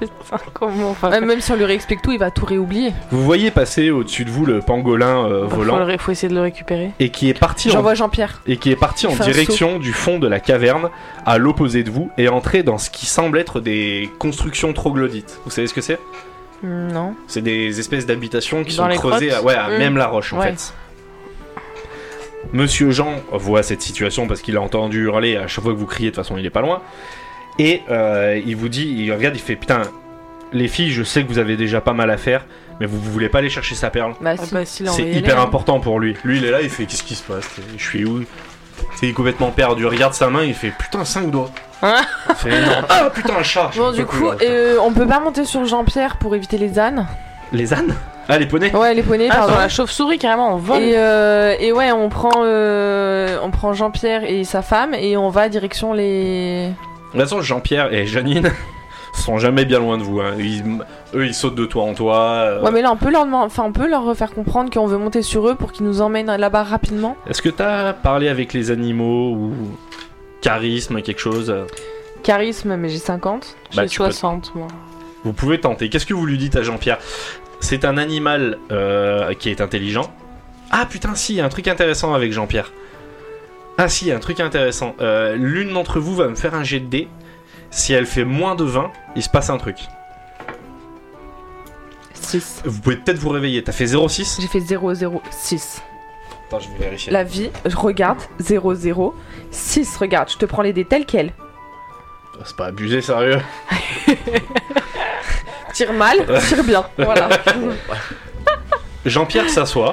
Speaker 3: Putain, comment on va
Speaker 2: Ouais,
Speaker 3: faire
Speaker 2: Euh, Même si on lui réexplique tout, il va tout réoublier.
Speaker 1: Vous voyez passer au-dessus de vous le pangolin euh,
Speaker 3: faut, le
Speaker 1: volant
Speaker 3: ré- faut essayer de le récupérer.
Speaker 1: et qui est parti en,
Speaker 2: J'envoie Jean-Pierre.
Speaker 1: et qui est parti
Speaker 2: il
Speaker 1: en
Speaker 2: fait un
Speaker 1: direction du fond de la caverne à l'opposé de vous et entré dans ce qui semble être des constructions troglodytes. Vous savez ce que c'est
Speaker 3: Hmm,
Speaker 2: Non.
Speaker 1: C'est des espèces d'habitations qui
Speaker 3: Dans
Speaker 1: sont
Speaker 3: les
Speaker 1: creusées à,
Speaker 3: grottes Hum.
Speaker 1: ouais, à
Speaker 2: Mm.
Speaker 1: même la roche en
Speaker 3: Ouais.
Speaker 1: fait. Monsieur Jean voit cette situation parce qu'il a entendu hurler à chaque fois que vous criez, de toute façon il est pas loin. Et euh, il vous dit, il regarde, il fait Putain, les filles, je sais que vous avez déjà pas mal à faire, mais vous, vous voulez pas aller chercher sa perle
Speaker 2: Bah
Speaker 3: Ah
Speaker 2: si.
Speaker 3: bah, si, là, on va
Speaker 1: C'est
Speaker 3: y
Speaker 1: hyper
Speaker 3: aller, hein.
Speaker 1: important pour lui. Lui il est là, il fait Qu'est-ce qui se passe Je suis où Il est complètement perdu. Il regarde sa main, il fait Putain, 5 doigts.
Speaker 3: Hein
Speaker 1: Il fait,
Speaker 2: (laughs)
Speaker 1: Non. Ah putain, un chat
Speaker 2: Bon, du coup, euh, on peut pas monter sur Jean-Pierre pour éviter les ânes.
Speaker 1: Les ânes Ah, les poneys
Speaker 2: Ouais, les poneys,
Speaker 3: Ah,
Speaker 2: pardon.
Speaker 3: dans la chauve-souris, carrément, on vole.
Speaker 2: Et, euh, et ouais, on prend, euh, on prend Jean-Pierre et sa femme et on va direction les.
Speaker 1: De toute façon, Jean-Pierre et Janine (laughs) sont jamais bien loin de vous. hein. Ils- eux, ils sautent de toi en toi. euh.
Speaker 2: Ouais, mais là, on peut leur, demand- enfin, on peut leur refaire comprendre qu'on veut monter sur eux pour qu'ils nous emmènent là-bas rapidement.
Speaker 1: Est-ce que t'as parlé avec les animaux ou charisme, quelque chose
Speaker 2: Charisme, mais j'ai 50.
Speaker 3: J'ai
Speaker 1: bah, tu peux-
Speaker 3: 60, moi.
Speaker 1: Vous pouvez tenter. Qu'est-ce que vous lui dites à Jean-Pierre C'est un animal euh, qui est intelligent. Ah putain, si, il y a un truc intéressant avec Jean-Pierre. Ah si, il y a un truc intéressant. Euh, L'une d'entre vous va me faire un jet de dés. Si elle fait moins de 20, il se passe un truc.
Speaker 2: 6.
Speaker 1: Vous pouvez peut-être vous réveiller. T'as fait 0,6
Speaker 2: J'ai fait 006.
Speaker 1: Attends, je vais vérifier.
Speaker 2: La vie, je regarde, 006. Regarde, je te prends les dés tels quels.
Speaker 1: C'est pas abusé, sérieux.
Speaker 2: Tire mal, tire bien. Voilà.
Speaker 1: Jean-Pierre s'assoit,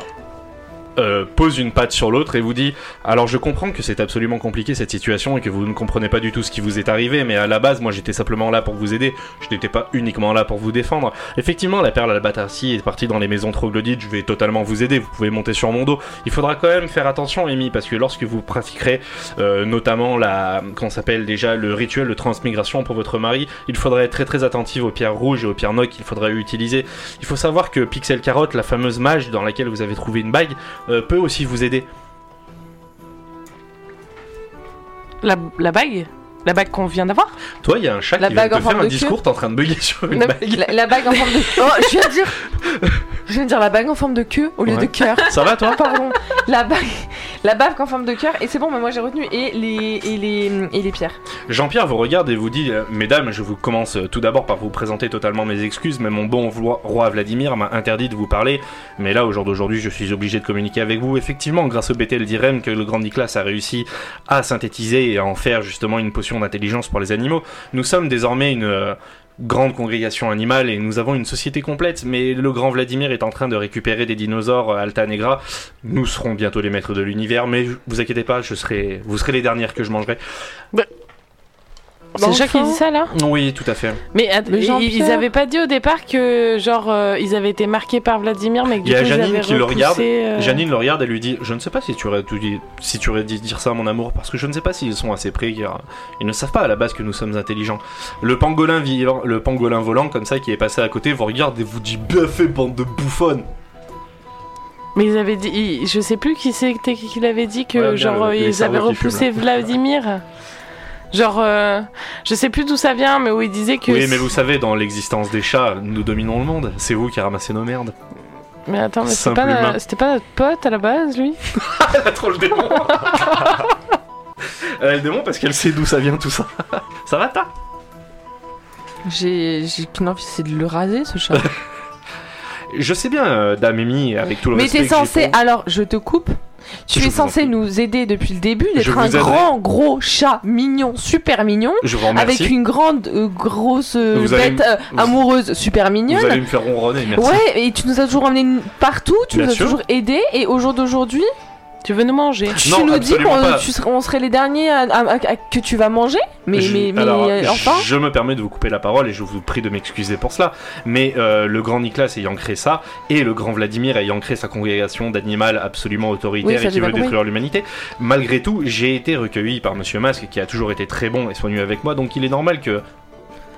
Speaker 1: euh, pose une patte sur l'autre et vous dit Alors je comprends que c'est absolument compliqué cette situation et que vous ne comprenez pas du tout ce qui vous est arrivé, mais à la base, moi j'étais simplement là pour vous aider, je n'étais pas uniquement là pour vous défendre. Effectivement, la perle albatarcie est partie dans les maisons troglodytes, je vais totalement vous aider, vous pouvez monter sur mon dos. Il faudra quand même faire attention, Amy, parce que lorsque vous pratiquerez euh, notamment la. qu'on s'appelle déjà le rituel de transmigration pour votre mari, il faudrait être très très attentif aux pierres rouges et aux pierres noires qu'il faudrait utiliser. Il faut savoir que Pixel Carotte, la fameuse mage dans laquelle vous avez trouvé une bague, euh, peut aussi vous aider.
Speaker 3: La, la bague La bague qu'on vient d'avoir
Speaker 1: Toi, il y a un chat
Speaker 2: La
Speaker 1: qui vient de
Speaker 2: bague en
Speaker 1: te faire
Speaker 2: forme
Speaker 1: un
Speaker 2: de
Speaker 1: discours, t'es en train de bugger sur une
Speaker 2: Non,
Speaker 1: bague.
Speaker 2: la, la bague en forme de. Oh, je viens de dire. Je viens de dire la bague en forme de queue au lieu
Speaker 1: Ouais.
Speaker 2: de cœur.
Speaker 1: Ça va, toi
Speaker 2: Pardon. La bague, la bague en forme de cœur. Et c'est bon, mais moi j'ai retenu. Et les, et les, et les pierres.
Speaker 1: Jean-Pierre vous regarde et vous dit euh, Mesdames, je vous commence euh, tout d'abord par vous présenter totalement mes excuses, mais mon bon vlo- roi Vladimir m'a interdit de vous parler. Mais là, au jour d'aujourd'hui, je suis obligé de communiquer avec vous. Effectivement, grâce au BTL d'Irem, que le Grand Niklas a réussi à synthétiser et à en faire justement une potion d'intelligence pour les animaux, nous sommes désormais une. euh, Grande congrégation animale et nous avons une société complète, mais le grand Vladimir est en train de récupérer des dinosaures euh, Alta Negra. Nous serons bientôt les maîtres de l'univers, mais vous inquiétez pas, je serai, vous serez les dernières que je mangerai.
Speaker 3: C'est Jacques qui dit ça, là
Speaker 1: Oui, tout à fait.
Speaker 3: Mais, att-
Speaker 2: Mais
Speaker 3: ils-
Speaker 2: Jean-Pierre-
Speaker 3: ils avaient pas dit au départ que, genre, euh, ils avaient été marqués par Vladimir, mais que
Speaker 1: Il
Speaker 3: du
Speaker 1: y a
Speaker 3: coup, ils
Speaker 1: Janine
Speaker 3: avaient
Speaker 1: qui le
Speaker 3: repoussé,
Speaker 1: regarde.
Speaker 3: euh,
Speaker 1: Janine le regarde et lui dit Je ne sais pas si tu aurais, tout dit- si tu aurais dit dire ça, mon amour, parce que je ne sais pas s'ils sont assez près. car Ils ne savent pas à la base que nous sommes intelligents. Le pangolin, vivant, le pangolin volant, comme ça, qui est passé à côté, vous regarde et vous dit Bien fait, bande de bouffonnes
Speaker 3: Mais ils avaient dit, ils- je sais plus qui c'était qui l'avait dit que
Speaker 1: Ouais, bien,
Speaker 3: genre
Speaker 1: le-
Speaker 3: euh,
Speaker 1: les
Speaker 3: ils avaient
Speaker 1: cerveaux qui
Speaker 3: repoussé Vladimir. Genre, euh, je sais plus d'où ça vient, mais où ils disaient que.
Speaker 1: Oui, mais vous savez, dans l'existence des chats, nous dominons le monde. C'est vous qui ramassez nos merdes. (laughs)
Speaker 3: Mais attends, mais c'était
Speaker 1: Simple
Speaker 3: pas,
Speaker 1: humain.
Speaker 3: na- c'était pas notre pote à la base, lui
Speaker 1: Elle trop le démon (laughs) Elle a le démon parce qu'elle sait d'où ça vient tout ça. (laughs) ça va, ta
Speaker 2: J'ai j'ai qu'une envie, c'est de le raser ce chat.
Speaker 1: Je sais bien, euh, Dame Amy, avec tout le
Speaker 2: mais
Speaker 1: respect
Speaker 2: t'es
Speaker 1: que j'ai
Speaker 2: censé.
Speaker 1: pour-
Speaker 2: Alors, je te coupe. Tu
Speaker 1: Je
Speaker 2: es
Speaker 1: vous en
Speaker 2: censé
Speaker 1: prie.
Speaker 2: nous aider depuis le début
Speaker 1: Je
Speaker 2: d'être
Speaker 1: vous
Speaker 2: un
Speaker 1: aiderai.
Speaker 2: grand gros chat mignon, super mignon,
Speaker 1: Je vous remercie.
Speaker 2: avec une grande euh, grosse euh,
Speaker 1: Vous allez
Speaker 2: bête euh,
Speaker 1: vous-
Speaker 2: amoureuse super
Speaker 1: Vous
Speaker 2: mignonne.
Speaker 1: allez me faire ronronner, merci.
Speaker 2: Ouais, et tu nous as toujours emmené partout, tu
Speaker 1: Bien
Speaker 2: nous as
Speaker 1: sûr.
Speaker 2: toujours aidé, et au jour d'aujourd'hui,
Speaker 3: Tu veux nous manger
Speaker 2: tu
Speaker 1: Non,
Speaker 2: nous dis
Speaker 1: absolument
Speaker 2: qu'on
Speaker 1: pas.
Speaker 2: tu serais- on serait les derniers à- à- à- à- que tu vas manger, mais,
Speaker 1: Je-
Speaker 2: mais, mais,
Speaker 1: alors,
Speaker 2: euh,
Speaker 1: je-
Speaker 2: enfin.
Speaker 1: Je me permets de vous couper la parole et je vous prie de m'excuser pour cela. Mais euh, le grand Nicolas ayant créé ça et le grand Vladimir ayant créé sa congrégation d'animal absolument
Speaker 2: Oui,
Speaker 1: autoritaire
Speaker 2: ça,
Speaker 1: et qui
Speaker 2: j'ai
Speaker 1: veut
Speaker 2: pas compris.
Speaker 1: détruire l'humanité, malgré tout, j'ai été recueilli par Monsieur Masque qui a toujours été très bon et soigneux avec moi. Donc il est normal que.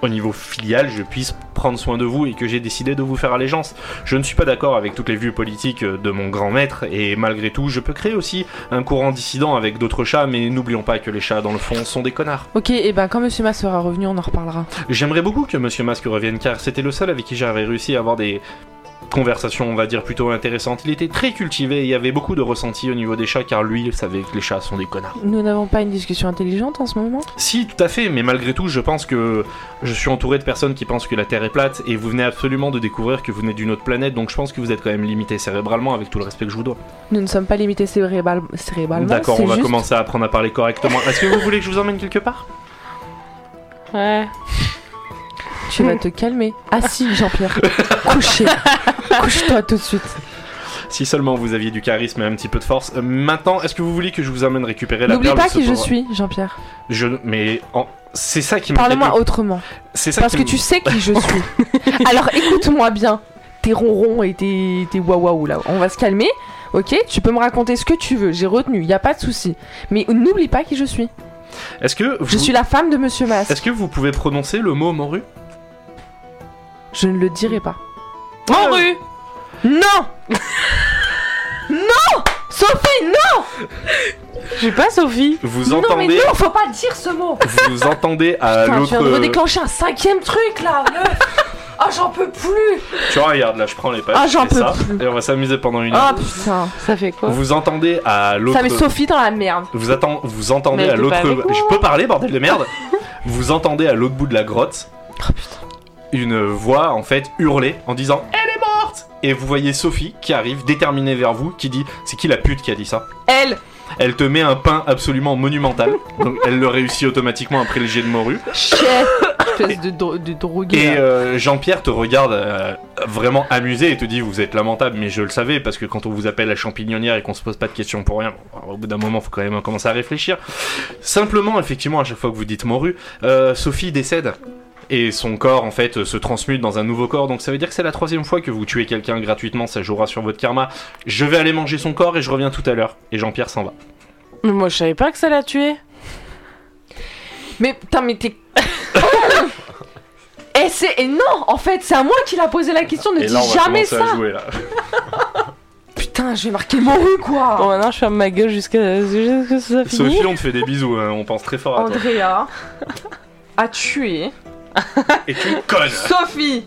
Speaker 1: Au niveau filial, je puisse prendre soin de vous et que j'ai décidé de vous faire allégeance. Je ne suis pas d'accord avec toutes les vues politiques de mon grand maître et malgré tout, je peux créer aussi un courant dissident avec d'autres chats, mais n'oublions pas que les chats dans le fond sont des connards.
Speaker 2: Ok, et ben quand Monsieur Mas sera revenu, on en reparlera.
Speaker 1: J'aimerais beaucoup que Monsieur Masque revienne car c'était le seul avec qui j'avais réussi à avoir des conversations, on va dire, plutôt intéressantes. Il était très cultivé et il y avait beaucoup de ressenti au niveau des chats car lui il savait que les chats sont des connards.
Speaker 2: Nous n'avons pas une discussion intelligente en ce moment.
Speaker 1: Si, tout à fait, mais malgré tout, je pense que je suis entouré de personnes qui pensent que la Terre est plate et vous venez absolument de découvrir que vous venez d'une autre planète donc je pense que vous êtes quand même limité cérébralement avec tout le respect que je vous dois.
Speaker 2: Nous ne sommes pas limités cérébral- cérébralement.
Speaker 1: D'accord,
Speaker 2: Bah c'est
Speaker 1: on va
Speaker 2: juste-
Speaker 1: commencer à apprendre à parler correctement. Est-ce que vous voulez que je vous emmène quelque part
Speaker 3: Ouais.
Speaker 2: Tu vas te calmer. Assis, Jean-Pierre. Couché. Couche-toi tout de suite.
Speaker 1: Si seulement vous aviez du charisme et un petit peu de force. Euh, maintenant, est-ce que vous voulez que je vous emmène récupérer la
Speaker 2: N'oublie
Speaker 1: perle
Speaker 2: pas
Speaker 1: de ce
Speaker 2: qui je
Speaker 1: pauvre-
Speaker 2: suis, Jean-Pierre.
Speaker 1: Je mais en- c'est ça qui me fait
Speaker 2: Parle-moi
Speaker 1: le-
Speaker 2: autrement.
Speaker 1: c'est ça
Speaker 2: Parce
Speaker 1: qui
Speaker 2: que
Speaker 1: me-
Speaker 2: tu sais qui je suis.
Speaker 1: (laughs)
Speaker 2: Alors écoute-moi bien. T'es ronron et t'es t'es waouh waouh là. On va se calmer. Ok, tu peux me raconter ce que tu veux. J'ai retenu, y a pas de souci. Mais n'oublie pas qui je suis.
Speaker 1: Est-ce que vous...
Speaker 2: Je suis la femme de Monsieur Mas.
Speaker 1: Est-ce que vous pouvez prononcer le mot morue
Speaker 2: Je ne le dirai pas.
Speaker 1: Ah.
Speaker 3: En rue
Speaker 1: (laughs)
Speaker 2: Non Non Sophie, non
Speaker 3: Je suis pas Sophie.
Speaker 1: Vous
Speaker 2: Non mais
Speaker 1: entendez
Speaker 2: non, faut pas dire ce mot
Speaker 1: vous entendez à
Speaker 2: Putain, je viens de
Speaker 1: l'autre euh,
Speaker 2: redéclencher un cinquième truc là meuf. Ah j'en peux plus
Speaker 1: Tu vois, regarde là, je prends les pages
Speaker 2: Ah, j'en
Speaker 1: je fais
Speaker 2: peux
Speaker 1: ça,
Speaker 2: plus.
Speaker 1: et on va s'amuser pendant une
Speaker 2: Ah
Speaker 1: heure.
Speaker 2: putain
Speaker 3: Ça fait quoi
Speaker 1: Vous entendez à l'autre euh,
Speaker 2: Ça met Sophie dans la merde
Speaker 1: Vous, atten- vous entendez
Speaker 3: Mais
Speaker 1: à
Speaker 3: t'es
Speaker 1: l'autre.
Speaker 3: pas avec moi.
Speaker 1: Je peux parler, bordel de
Speaker 2: (laughs)
Speaker 1: merde Vous entendez à l'autre bout de la grotte
Speaker 2: Ah,
Speaker 1: une voix en fait hurler en disant Elle est morte Et vous voyez Sophie qui arrive déterminée vers vous qui dit C'est qui la pute qui a dit ça
Speaker 2: Elle
Speaker 1: Elle te met un pain absolument
Speaker 2: (laughs)
Speaker 1: monumental. Donc elle le réussit automatiquement après le jet de morue.
Speaker 2: Chais Espèce de, dro- de drogué
Speaker 1: Et
Speaker 2: là.
Speaker 1: euh, Jean-Pierre te regarde euh, vraiment amusé et te dit Vous êtes lamentable, mais je le savais parce que quand on vous appelle la champignonnière et qu'on se pose pas de questions pour rien, bon, au bout d'un moment, faut quand même commencer à réfléchir. Simplement, effectivement, à chaque fois que vous dites morue, euh, Sophie décède. Et son corps, en fait, se transmute dans un nouveau corps. Donc ça veut dire que c'est la troisième fois que vous tuez quelqu'un gratuitement. Ça jouera sur votre karma. Je vais aller manger son corps et je reviens tout à l'heure. Et Jean-Pierre s'en va.
Speaker 3: Mais moi je savais pas que ça l'a tué.
Speaker 2: Mais putain mais t'es... (laughs) Et c'est... et non En fait c'est à moi qu'il a posé la question, ne
Speaker 1: et
Speaker 2: dis
Speaker 1: là, on va
Speaker 2: jamais
Speaker 1: commencer
Speaker 2: ça
Speaker 1: à jouer là.
Speaker 2: Putain j'ai marqué mon rue
Speaker 3: Bon
Speaker 1: Oh,
Speaker 2: quoi
Speaker 3: maintenant je ferme ma gueule jusqu'à jusqu'à ce que ça finisse.
Speaker 1: Sophie, on te fait des bisous, hein, on pense très fort à toi.
Speaker 2: Andrea
Speaker 1: (laughs)
Speaker 2: a tué
Speaker 1: Et tu connes
Speaker 2: Sophie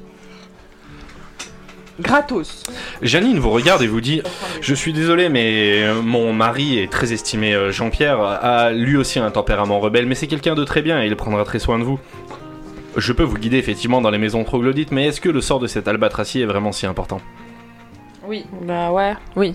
Speaker 2: Gratos
Speaker 1: Janine vous regarde et vous dit Je suis désolé, mais euh, mon mari est très estimé, euh, Jean-Pierre, a lui aussi un tempérament rebelle, mais c'est quelqu'un de très bien et il prendra très soin de vous. Je peux vous guider effectivement dans les maisons troglodytes, mais est-ce que le sort de cet albatracier est vraiment si important
Speaker 2: Oui
Speaker 3: Bah ouais.
Speaker 2: Oui.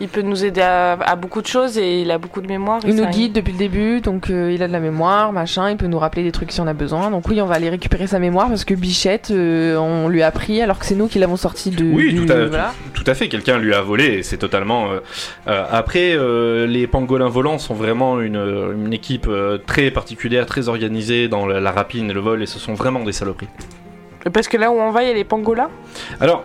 Speaker 3: Il peut nous aider à, à beaucoup de choses et il a beaucoup de mémoire. et
Speaker 2: Il nous
Speaker 3: ça-
Speaker 2: guide depuis le début, donc euh, il a de la mémoire, machin, il peut nous rappeler des trucs si on a besoin. Donc oui, on va aller récupérer sa mémoire parce que Bichette, euh, on lui a pris alors que c'est nous qui l'avons sorti de.
Speaker 1: Oui,
Speaker 2: du-
Speaker 1: tout à-
Speaker 2: voilà.
Speaker 1: Tout à fait, quelqu'un lui a volé, et c'est totalement. euh, euh, après, euh, les pangolins volants sont vraiment une, une équipe euh, très particulière, très organisée dans la, la rapine et le vol, et ce sont vraiment des saloperies.
Speaker 3: Parce que là où on va, il y a les pangolins.
Speaker 1: Alors,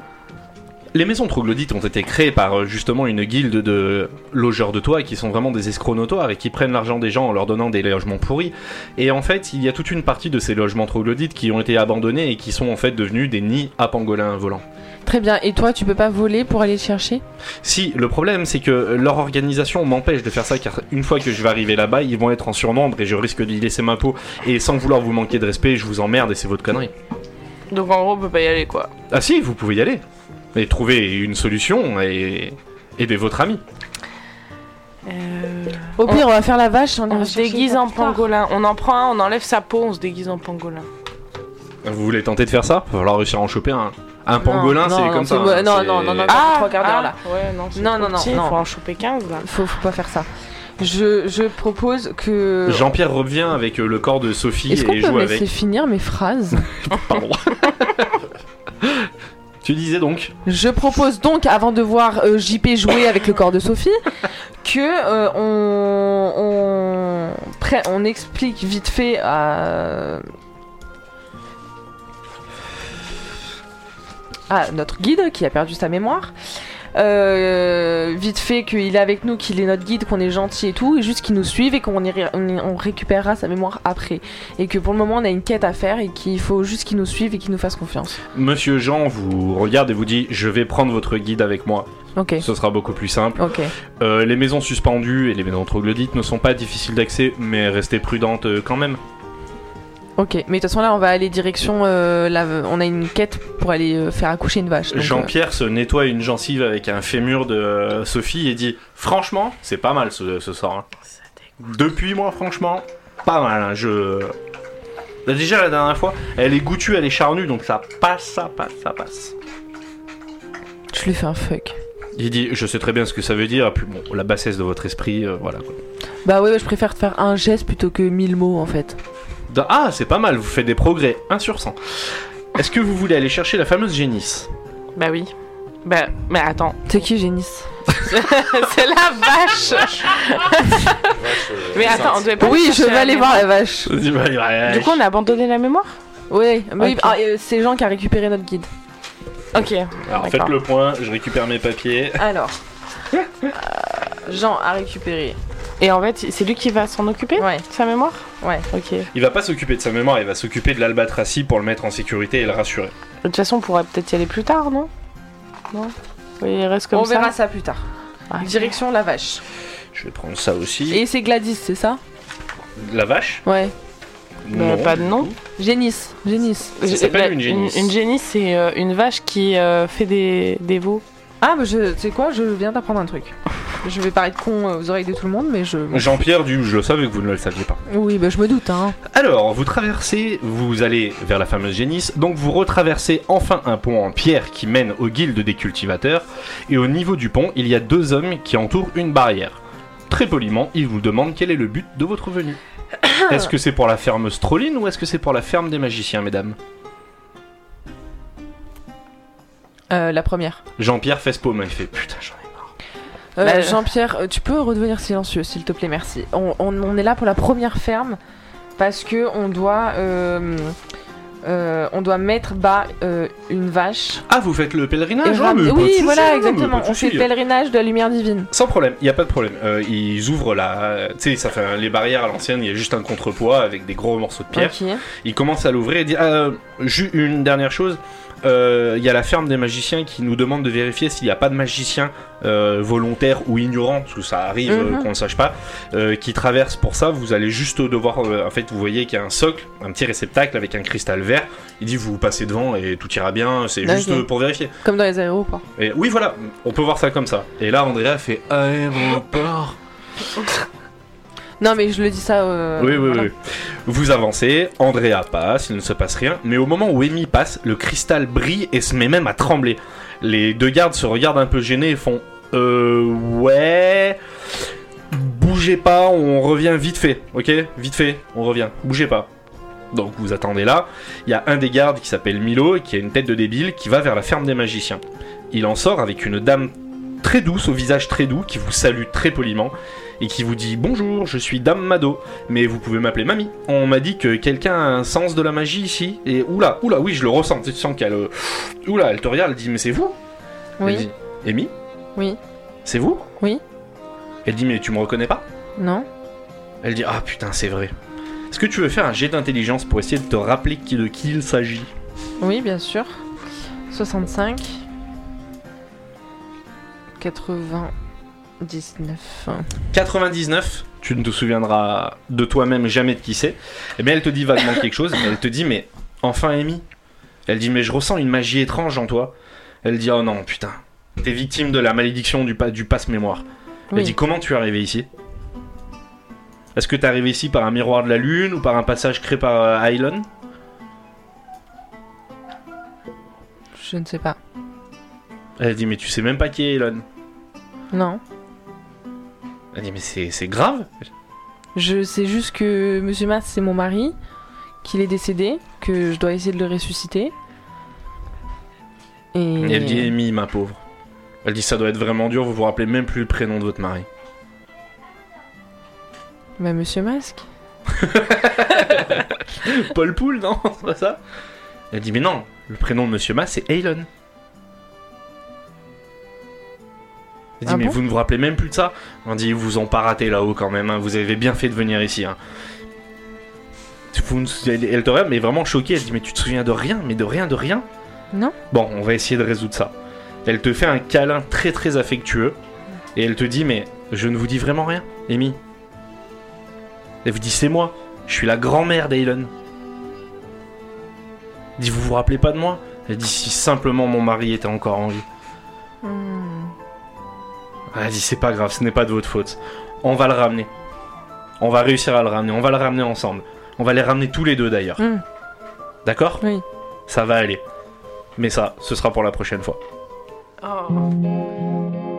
Speaker 1: les maisons troglodytes ont été créées par euh, justement une guilde de logeurs de toit qui sont vraiment des escrocs notoires et qui prennent l'argent des gens en leur donnant des logements pourris. Et en fait, il y a toute une partie de ces logements troglodytes qui ont été abandonnés et qui sont en fait devenus des nids à pangolins volants.
Speaker 2: Très bien. Et toi, tu peux pas voler pour aller le chercher
Speaker 1: Si, le problème c'est que leur organisation m'empêche de faire ça car une fois que je vais arriver là-bas, ils vont être en surnombre et je risque d'y laisser ma peau. Et sans vouloir vous manquer de respect, je vous emmerde et c'est votre connerie.
Speaker 3: Donc en gros, on peut pas y aller quoi.
Speaker 1: Ah si, vous pouvez y aller. Et trouver une solution et aider votre ami.
Speaker 3: Euh,
Speaker 2: Au pire, on va faire la vache.
Speaker 3: On se déguise en pangolin. On en prend un, on enlève sa peau, on se déguise en pangolin.
Speaker 1: Vous voulez tenter de faire ça Va falloir réussir à en choper un. Un pangolin,
Speaker 2: non,
Speaker 1: c'est
Speaker 2: non,
Speaker 1: comme
Speaker 2: c'est
Speaker 1: ça.
Speaker 2: moi-
Speaker 1: hein,
Speaker 2: non,
Speaker 1: c'est-
Speaker 2: non, non, non.
Speaker 3: Ah,
Speaker 2: Trois quarts d'heure,
Speaker 3: ah,
Speaker 2: là.
Speaker 3: Ouais, non, c'est
Speaker 2: Non,
Speaker 3: trop
Speaker 2: non, non,
Speaker 3: petit,
Speaker 2: non.
Speaker 3: Faut en choper 15 là.
Speaker 2: Faut, faut pas faire ça. Je, je propose que.
Speaker 1: Jean-Pierre revient avec euh, le corps de Sophie
Speaker 2: Est-ce qu'on
Speaker 1: et
Speaker 2: peut
Speaker 1: joue
Speaker 2: me laisser
Speaker 1: avec.
Speaker 2: finir mes phrases
Speaker 1: Pardon. (laughs) tu disais donc
Speaker 2: Je propose donc, avant de voir euh, JP jouer avec le corps de Sophie, que euh, on, on, pré- on explique vite fait euh, à, à notre guide qui a perdu sa mémoire. Euh, vite fait qu'il est avec nous, qu'il est notre guide, qu'on est gentil et tout, et juste qu'il nous suive et qu'on ira- on, on récupérera sa mémoire après. Et que pour le moment on a une quête à faire et qu'il faut juste qu'il nous suive et qu'il nous fasse confiance.
Speaker 1: Monsieur Jean vous regarde et vous dit Je vais prendre votre guide avec moi,
Speaker 2: Ok,
Speaker 1: ce sera beaucoup plus simple.
Speaker 2: ok.
Speaker 1: Euh, les maisons suspendues et les maisons troglodytes ne sont pas difficiles d'accès, mais restez prudentes euh, quand même.
Speaker 2: Ok, mais de toute façon là on va aller direction euh, la- on a une quête pour aller euh, faire accoucher une vache. donc, euh,
Speaker 1: Jean-Pierre se nettoie une gencive avec un fémur de euh, Sophie et dit Franchement, c'est pas mal ce, ce sort. hein.
Speaker 3: Ça dé-
Speaker 1: Depuis moi, franchement, pas mal. hein, Je. bah, Déjà la dernière fois, elle est goûtue, elle est charnue, donc ça passe, ça passe, ça passe.
Speaker 2: euh, je lui fais un fuck.
Speaker 1: Il dit Je sais très bien ce que ça veut dire, puis bon, la bassesse de votre esprit, euh, voilà quoi.
Speaker 2: Bah ouais, je préfère te faire un geste plutôt que mille mots en fait.
Speaker 1: Da- Ah, c'est pas mal, vous faites des progrès, 1 sur 100. Est-ce que vous voulez aller chercher la fameuse génisse
Speaker 3: Bah oui. Bah, mais attends,
Speaker 2: C'est qui Génice
Speaker 3: (laughs) c'est la vache!
Speaker 4: Vache, euh,
Speaker 3: Mais attends, on devait pas.
Speaker 2: Oui, je
Speaker 3: chercher
Speaker 2: vais
Speaker 3: la
Speaker 2: aller
Speaker 3: mémoire.
Speaker 2: voir la vache.
Speaker 1: Du
Speaker 3: Du coup, on a abandonné la mémoire?
Speaker 2: Oui, mais
Speaker 3: Ok.
Speaker 2: ah, euh, c'est Jean qui a récupéré notre guide.
Speaker 3: Ok.
Speaker 1: Alors
Speaker 3: d'accord.
Speaker 1: faites le point, je récupère mes papiers.
Speaker 2: Alors, euh, Jean a récupéré.
Speaker 3: Et en fait, c'est lui qui va s'en occuper?
Speaker 2: Ouais,
Speaker 3: Sa mémoire?
Speaker 2: ouais.
Speaker 3: Ok. De
Speaker 1: Il va pas s'occuper de sa mémoire, il va s'occuper de l'albatracie pour le mettre en sécurité et le rassurer.
Speaker 3: toute façon, on pourrait peut-être y aller plus tard, non? Non? Oui, il reste comme
Speaker 2: on
Speaker 3: ça.
Speaker 2: verra ça plus tard.
Speaker 3: Ah,
Speaker 2: Direction la vache.
Speaker 1: Je vais prendre ça aussi.
Speaker 2: Et c'est Gladys, c'est ça
Speaker 1: La vache
Speaker 2: Ouais.
Speaker 3: Mais Ben, pas de nom.
Speaker 2: Génice, Génice.
Speaker 1: Ça s'appelle une génisse.
Speaker 3: Une, génisse, c'est euh, une vache qui euh, fait des, des veaux.
Speaker 2: Ah, bah je, tu sais quoi, je viens d'apprendre un truc.
Speaker 3: (laughs)
Speaker 2: Je vais paraître con euh, aux oreilles de tout le monde, mais je.
Speaker 1: Jean-Pierre du je le savais que vous ne le saviez pas.
Speaker 2: Oui, bah je me doute, hein.
Speaker 1: Alors, vous traversez, vous allez vers la fameuse génisse, donc vous retraversez enfin un pont en pierre qui mène au guilde des cultivateurs, et au niveau du pont, il y a deux hommes qui entourent une barrière. Très poliment, ils vous demandent quel est le but de votre
Speaker 3: (coughs)
Speaker 1: venue. est-ce que c'est pour la ferme Strolin ou est-ce que c'est pour la ferme des magiciens, mesdames
Speaker 2: Euh, la première.
Speaker 1: Jean-Pierre fait paume, il fait putain, j'en ai marre.
Speaker 2: Euh,
Speaker 3: Bah,
Speaker 2: Jean-Pierre, euh, tu peux redevenir silencieux, s'il te plaît, merci. On, on- on est là pour la première ferme parce que on doit, euh, euh, on doit mettre bas euh, une vache.
Speaker 1: Ah, vous faites le
Speaker 2: Et
Speaker 1: pèlerinage Ah,
Speaker 2: ram-
Speaker 1: mais pas de
Speaker 2: oui,
Speaker 1: soucis,
Speaker 2: voilà,
Speaker 1: non, mais
Speaker 2: exactement.
Speaker 1: pas de
Speaker 2: On fait
Speaker 1: soucis.
Speaker 2: pèlerinage de la lumière divine.
Speaker 1: Sans problème, il n'y a pas de problème. Euh, ils ouvrent la. Tu sais, ça fait un- les barrières à l'ancienne, il y a juste un contrepoids avec des gros morceaux de pierre.
Speaker 2: Ok.
Speaker 1: Il commence à l'ouvrir et dit Ah, ju- une dernière chose. euh, Il y a la ferme des magiciens qui nous demande de vérifier s'il n'y a pas de magicien euh, volontaire ou ignorant, parce que ça arrive euh,
Speaker 2: Mhm.
Speaker 1: qu'on ne sache pas, euh, qui traverse pour ça. Vous allez juste devoir. euh, en fait, vous voyez qu'il y a un socle, un petit réceptacle avec un cristal vert. Il dit Vous passez devant et tout ira bien, c'est
Speaker 2: Ok.
Speaker 1: juste euh, pour vérifier.
Speaker 2: Comme dans les aéroports.
Speaker 1: Et oui, voilà, on peut voir ça comme ça. Et là, Andrea fait Aéroport.
Speaker 2: Non, mais je le dis ça. euh,
Speaker 1: Oui, oui,
Speaker 2: voilà.
Speaker 1: oui. Vous avancez, Andrea passe, il ne se passe rien, mais au moment où Amy passe, le cristal brille et se met même à trembler. Les deux gardes se regardent un peu gênés et font Euh. Ouais. Bougez pas, on revient vite fait, ok Vite fait, on revient, bougez pas. Donc vous attendez là, il y a un des gardes qui s'appelle Milo et qui a une tête de débile qui va vers la ferme des magiciens. Il en sort avec une dame très douce, au visage très doux, qui vous salue très poliment et qui vous dit Bonjour, je suis Dame Mado mais vous pouvez m'appeler mamie. On m'a dit que quelqu'un a un sens de la magie ici. Et oula, oula, oui, je le ressens. Tu sens qu'elle. euh, Oula, elle te regarde, elle dit Mais c'est vous Elle
Speaker 2: Oui,
Speaker 1: dit Amy
Speaker 2: Oui.
Speaker 1: C'est vous
Speaker 2: Oui.
Speaker 1: Elle dit Mais tu me reconnais pas
Speaker 2: non.
Speaker 1: Elle dit Ah putain, c'est vrai. Est-ce que tu veux faire un jet d'intelligence pour essayer de te rappeler qui- de qui il s'agit
Speaker 2: Oui, bien sûr. 65. 99.
Speaker 1: 99, tu ne te souviendras de toi-même jamais de qui c'est. Eh bien, elle te dit vaguement quelque chose, mais elle te dit, mais enfin, Amy. Elle dit, mais je ressens une magie étrange en toi. Elle dit, oh non, putain, t'es victime de la malédiction du, pa- du passe-mémoire. Elle
Speaker 2: Oui.
Speaker 1: dit, comment tu es arrivé ici Est-ce que t'es arrivé ici par un miroir de la lune ou par un passage créé par euh, Aylon
Speaker 2: Je ne sais pas.
Speaker 1: Elle dit, mais tu sais même pas qui est Elon.
Speaker 2: Non.
Speaker 1: Elle dit, mais c'est c'est grave.
Speaker 2: Je sais juste que Monsieur Mas, c'est mon mari, qu'il est décédé, que je dois essayer de le ressusciter. Et.
Speaker 1: Et elle dit, Amy, ma pauvre. Elle dit, ça doit être vraiment dur, vous vous rappelez même plus le prénom de votre mari.
Speaker 2: Bah, Monsieur Masque.
Speaker 1: Paul Poul, non (laughs) C'est pas ça Elle dit, mais non, le prénom de Monsieur Ma, c'est Elon. Elle dit,
Speaker 2: Ah
Speaker 1: mais
Speaker 2: bon
Speaker 1: vous ne vous rappelez même plus de ça On dit, ils vous ont pas raté là-haut quand même, hein, vous avez bien fait de venir ici. hein. Vous ne- elle, elle te regarde, mais vraiment choquée, elle dit, mais tu te souviens de rien, mais de rien, de rien
Speaker 2: Non.
Speaker 1: Bon, on va essayer de résoudre ça. Elle te fait un câlin très très affectueux, et elle te dit, mais je ne vous dis vraiment rien, Amy. Elle vous dit, c'est moi, je suis la grand-mère d'Elon. Elle dit, vous vous rappelez pas de moi Elle dit, si simplement mon mari était encore en vie.
Speaker 2: Hmm.
Speaker 1: Elle dit, c'est pas grave, ce n'est pas de votre faute. On va le ramener. On va réussir à le ramener, on va le ramener ensemble. On va les ramener tous les deux d'ailleurs.
Speaker 2: Hmm.
Speaker 1: D'accord
Speaker 2: Oui.
Speaker 1: Ça va aller. Mais ça, ce sera pour la prochaine fois.
Speaker 3: Oh.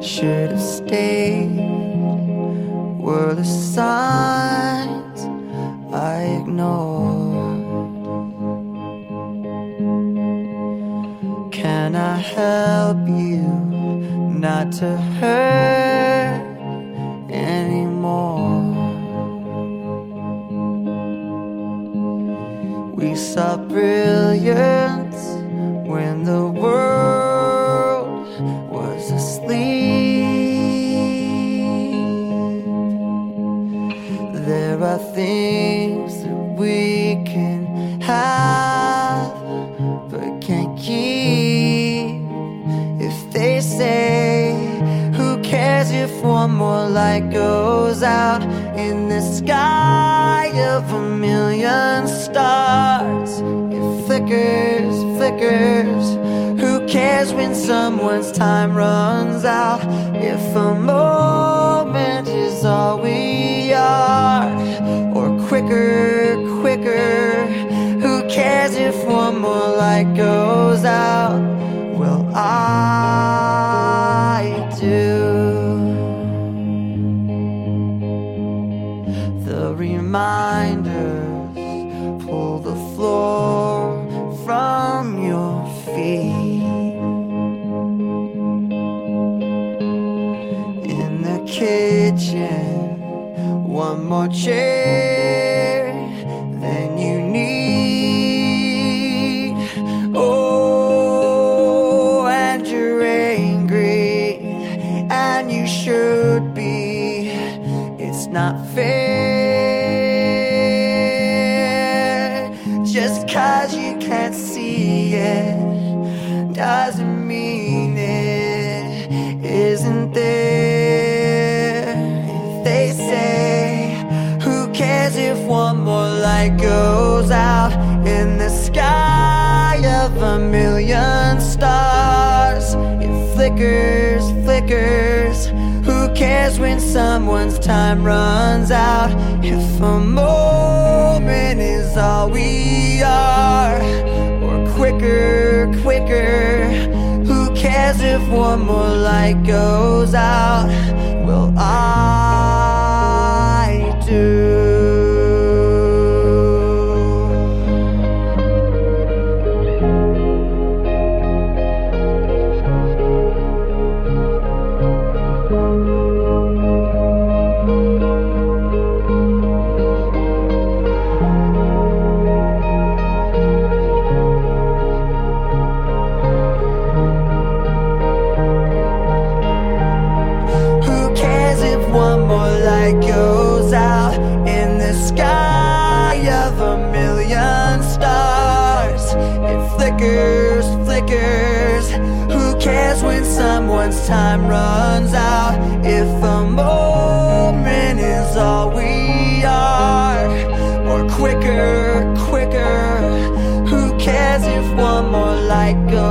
Speaker 5: should have stayed were the signs I ignored. Can I help you not to hurt anymore? We saw brilliance when the world was asleep. There are things that we can have but can't keep. If they say, Who cares if one more light goes out in the sky of a million stars? It flickers, flickers. Who cares when someone's time runs out? If a moment is all we are, or quicker, quicker. Who cares if one more light goes out? Well, I do. The reminders pull the floor from your feet. In the kitchen, one more chair than you need. Oh, and you're angry, and you should be. It's not fair. Just cause you can't see it doesn't mean it isn't there. If they say, Who cares if one more light goes out in the sky of a million stars? It flickers, flickers. Who cares when someone's time runs out? If a moment is all we are, or quicker, quicker. Who cares if one more light goes out? Well, I do. Who cares if one more light goes out in the sky of a million stars? It flickers, flickers. Who cares when someone's time runs out? If a moment is all we are, or quicker light goes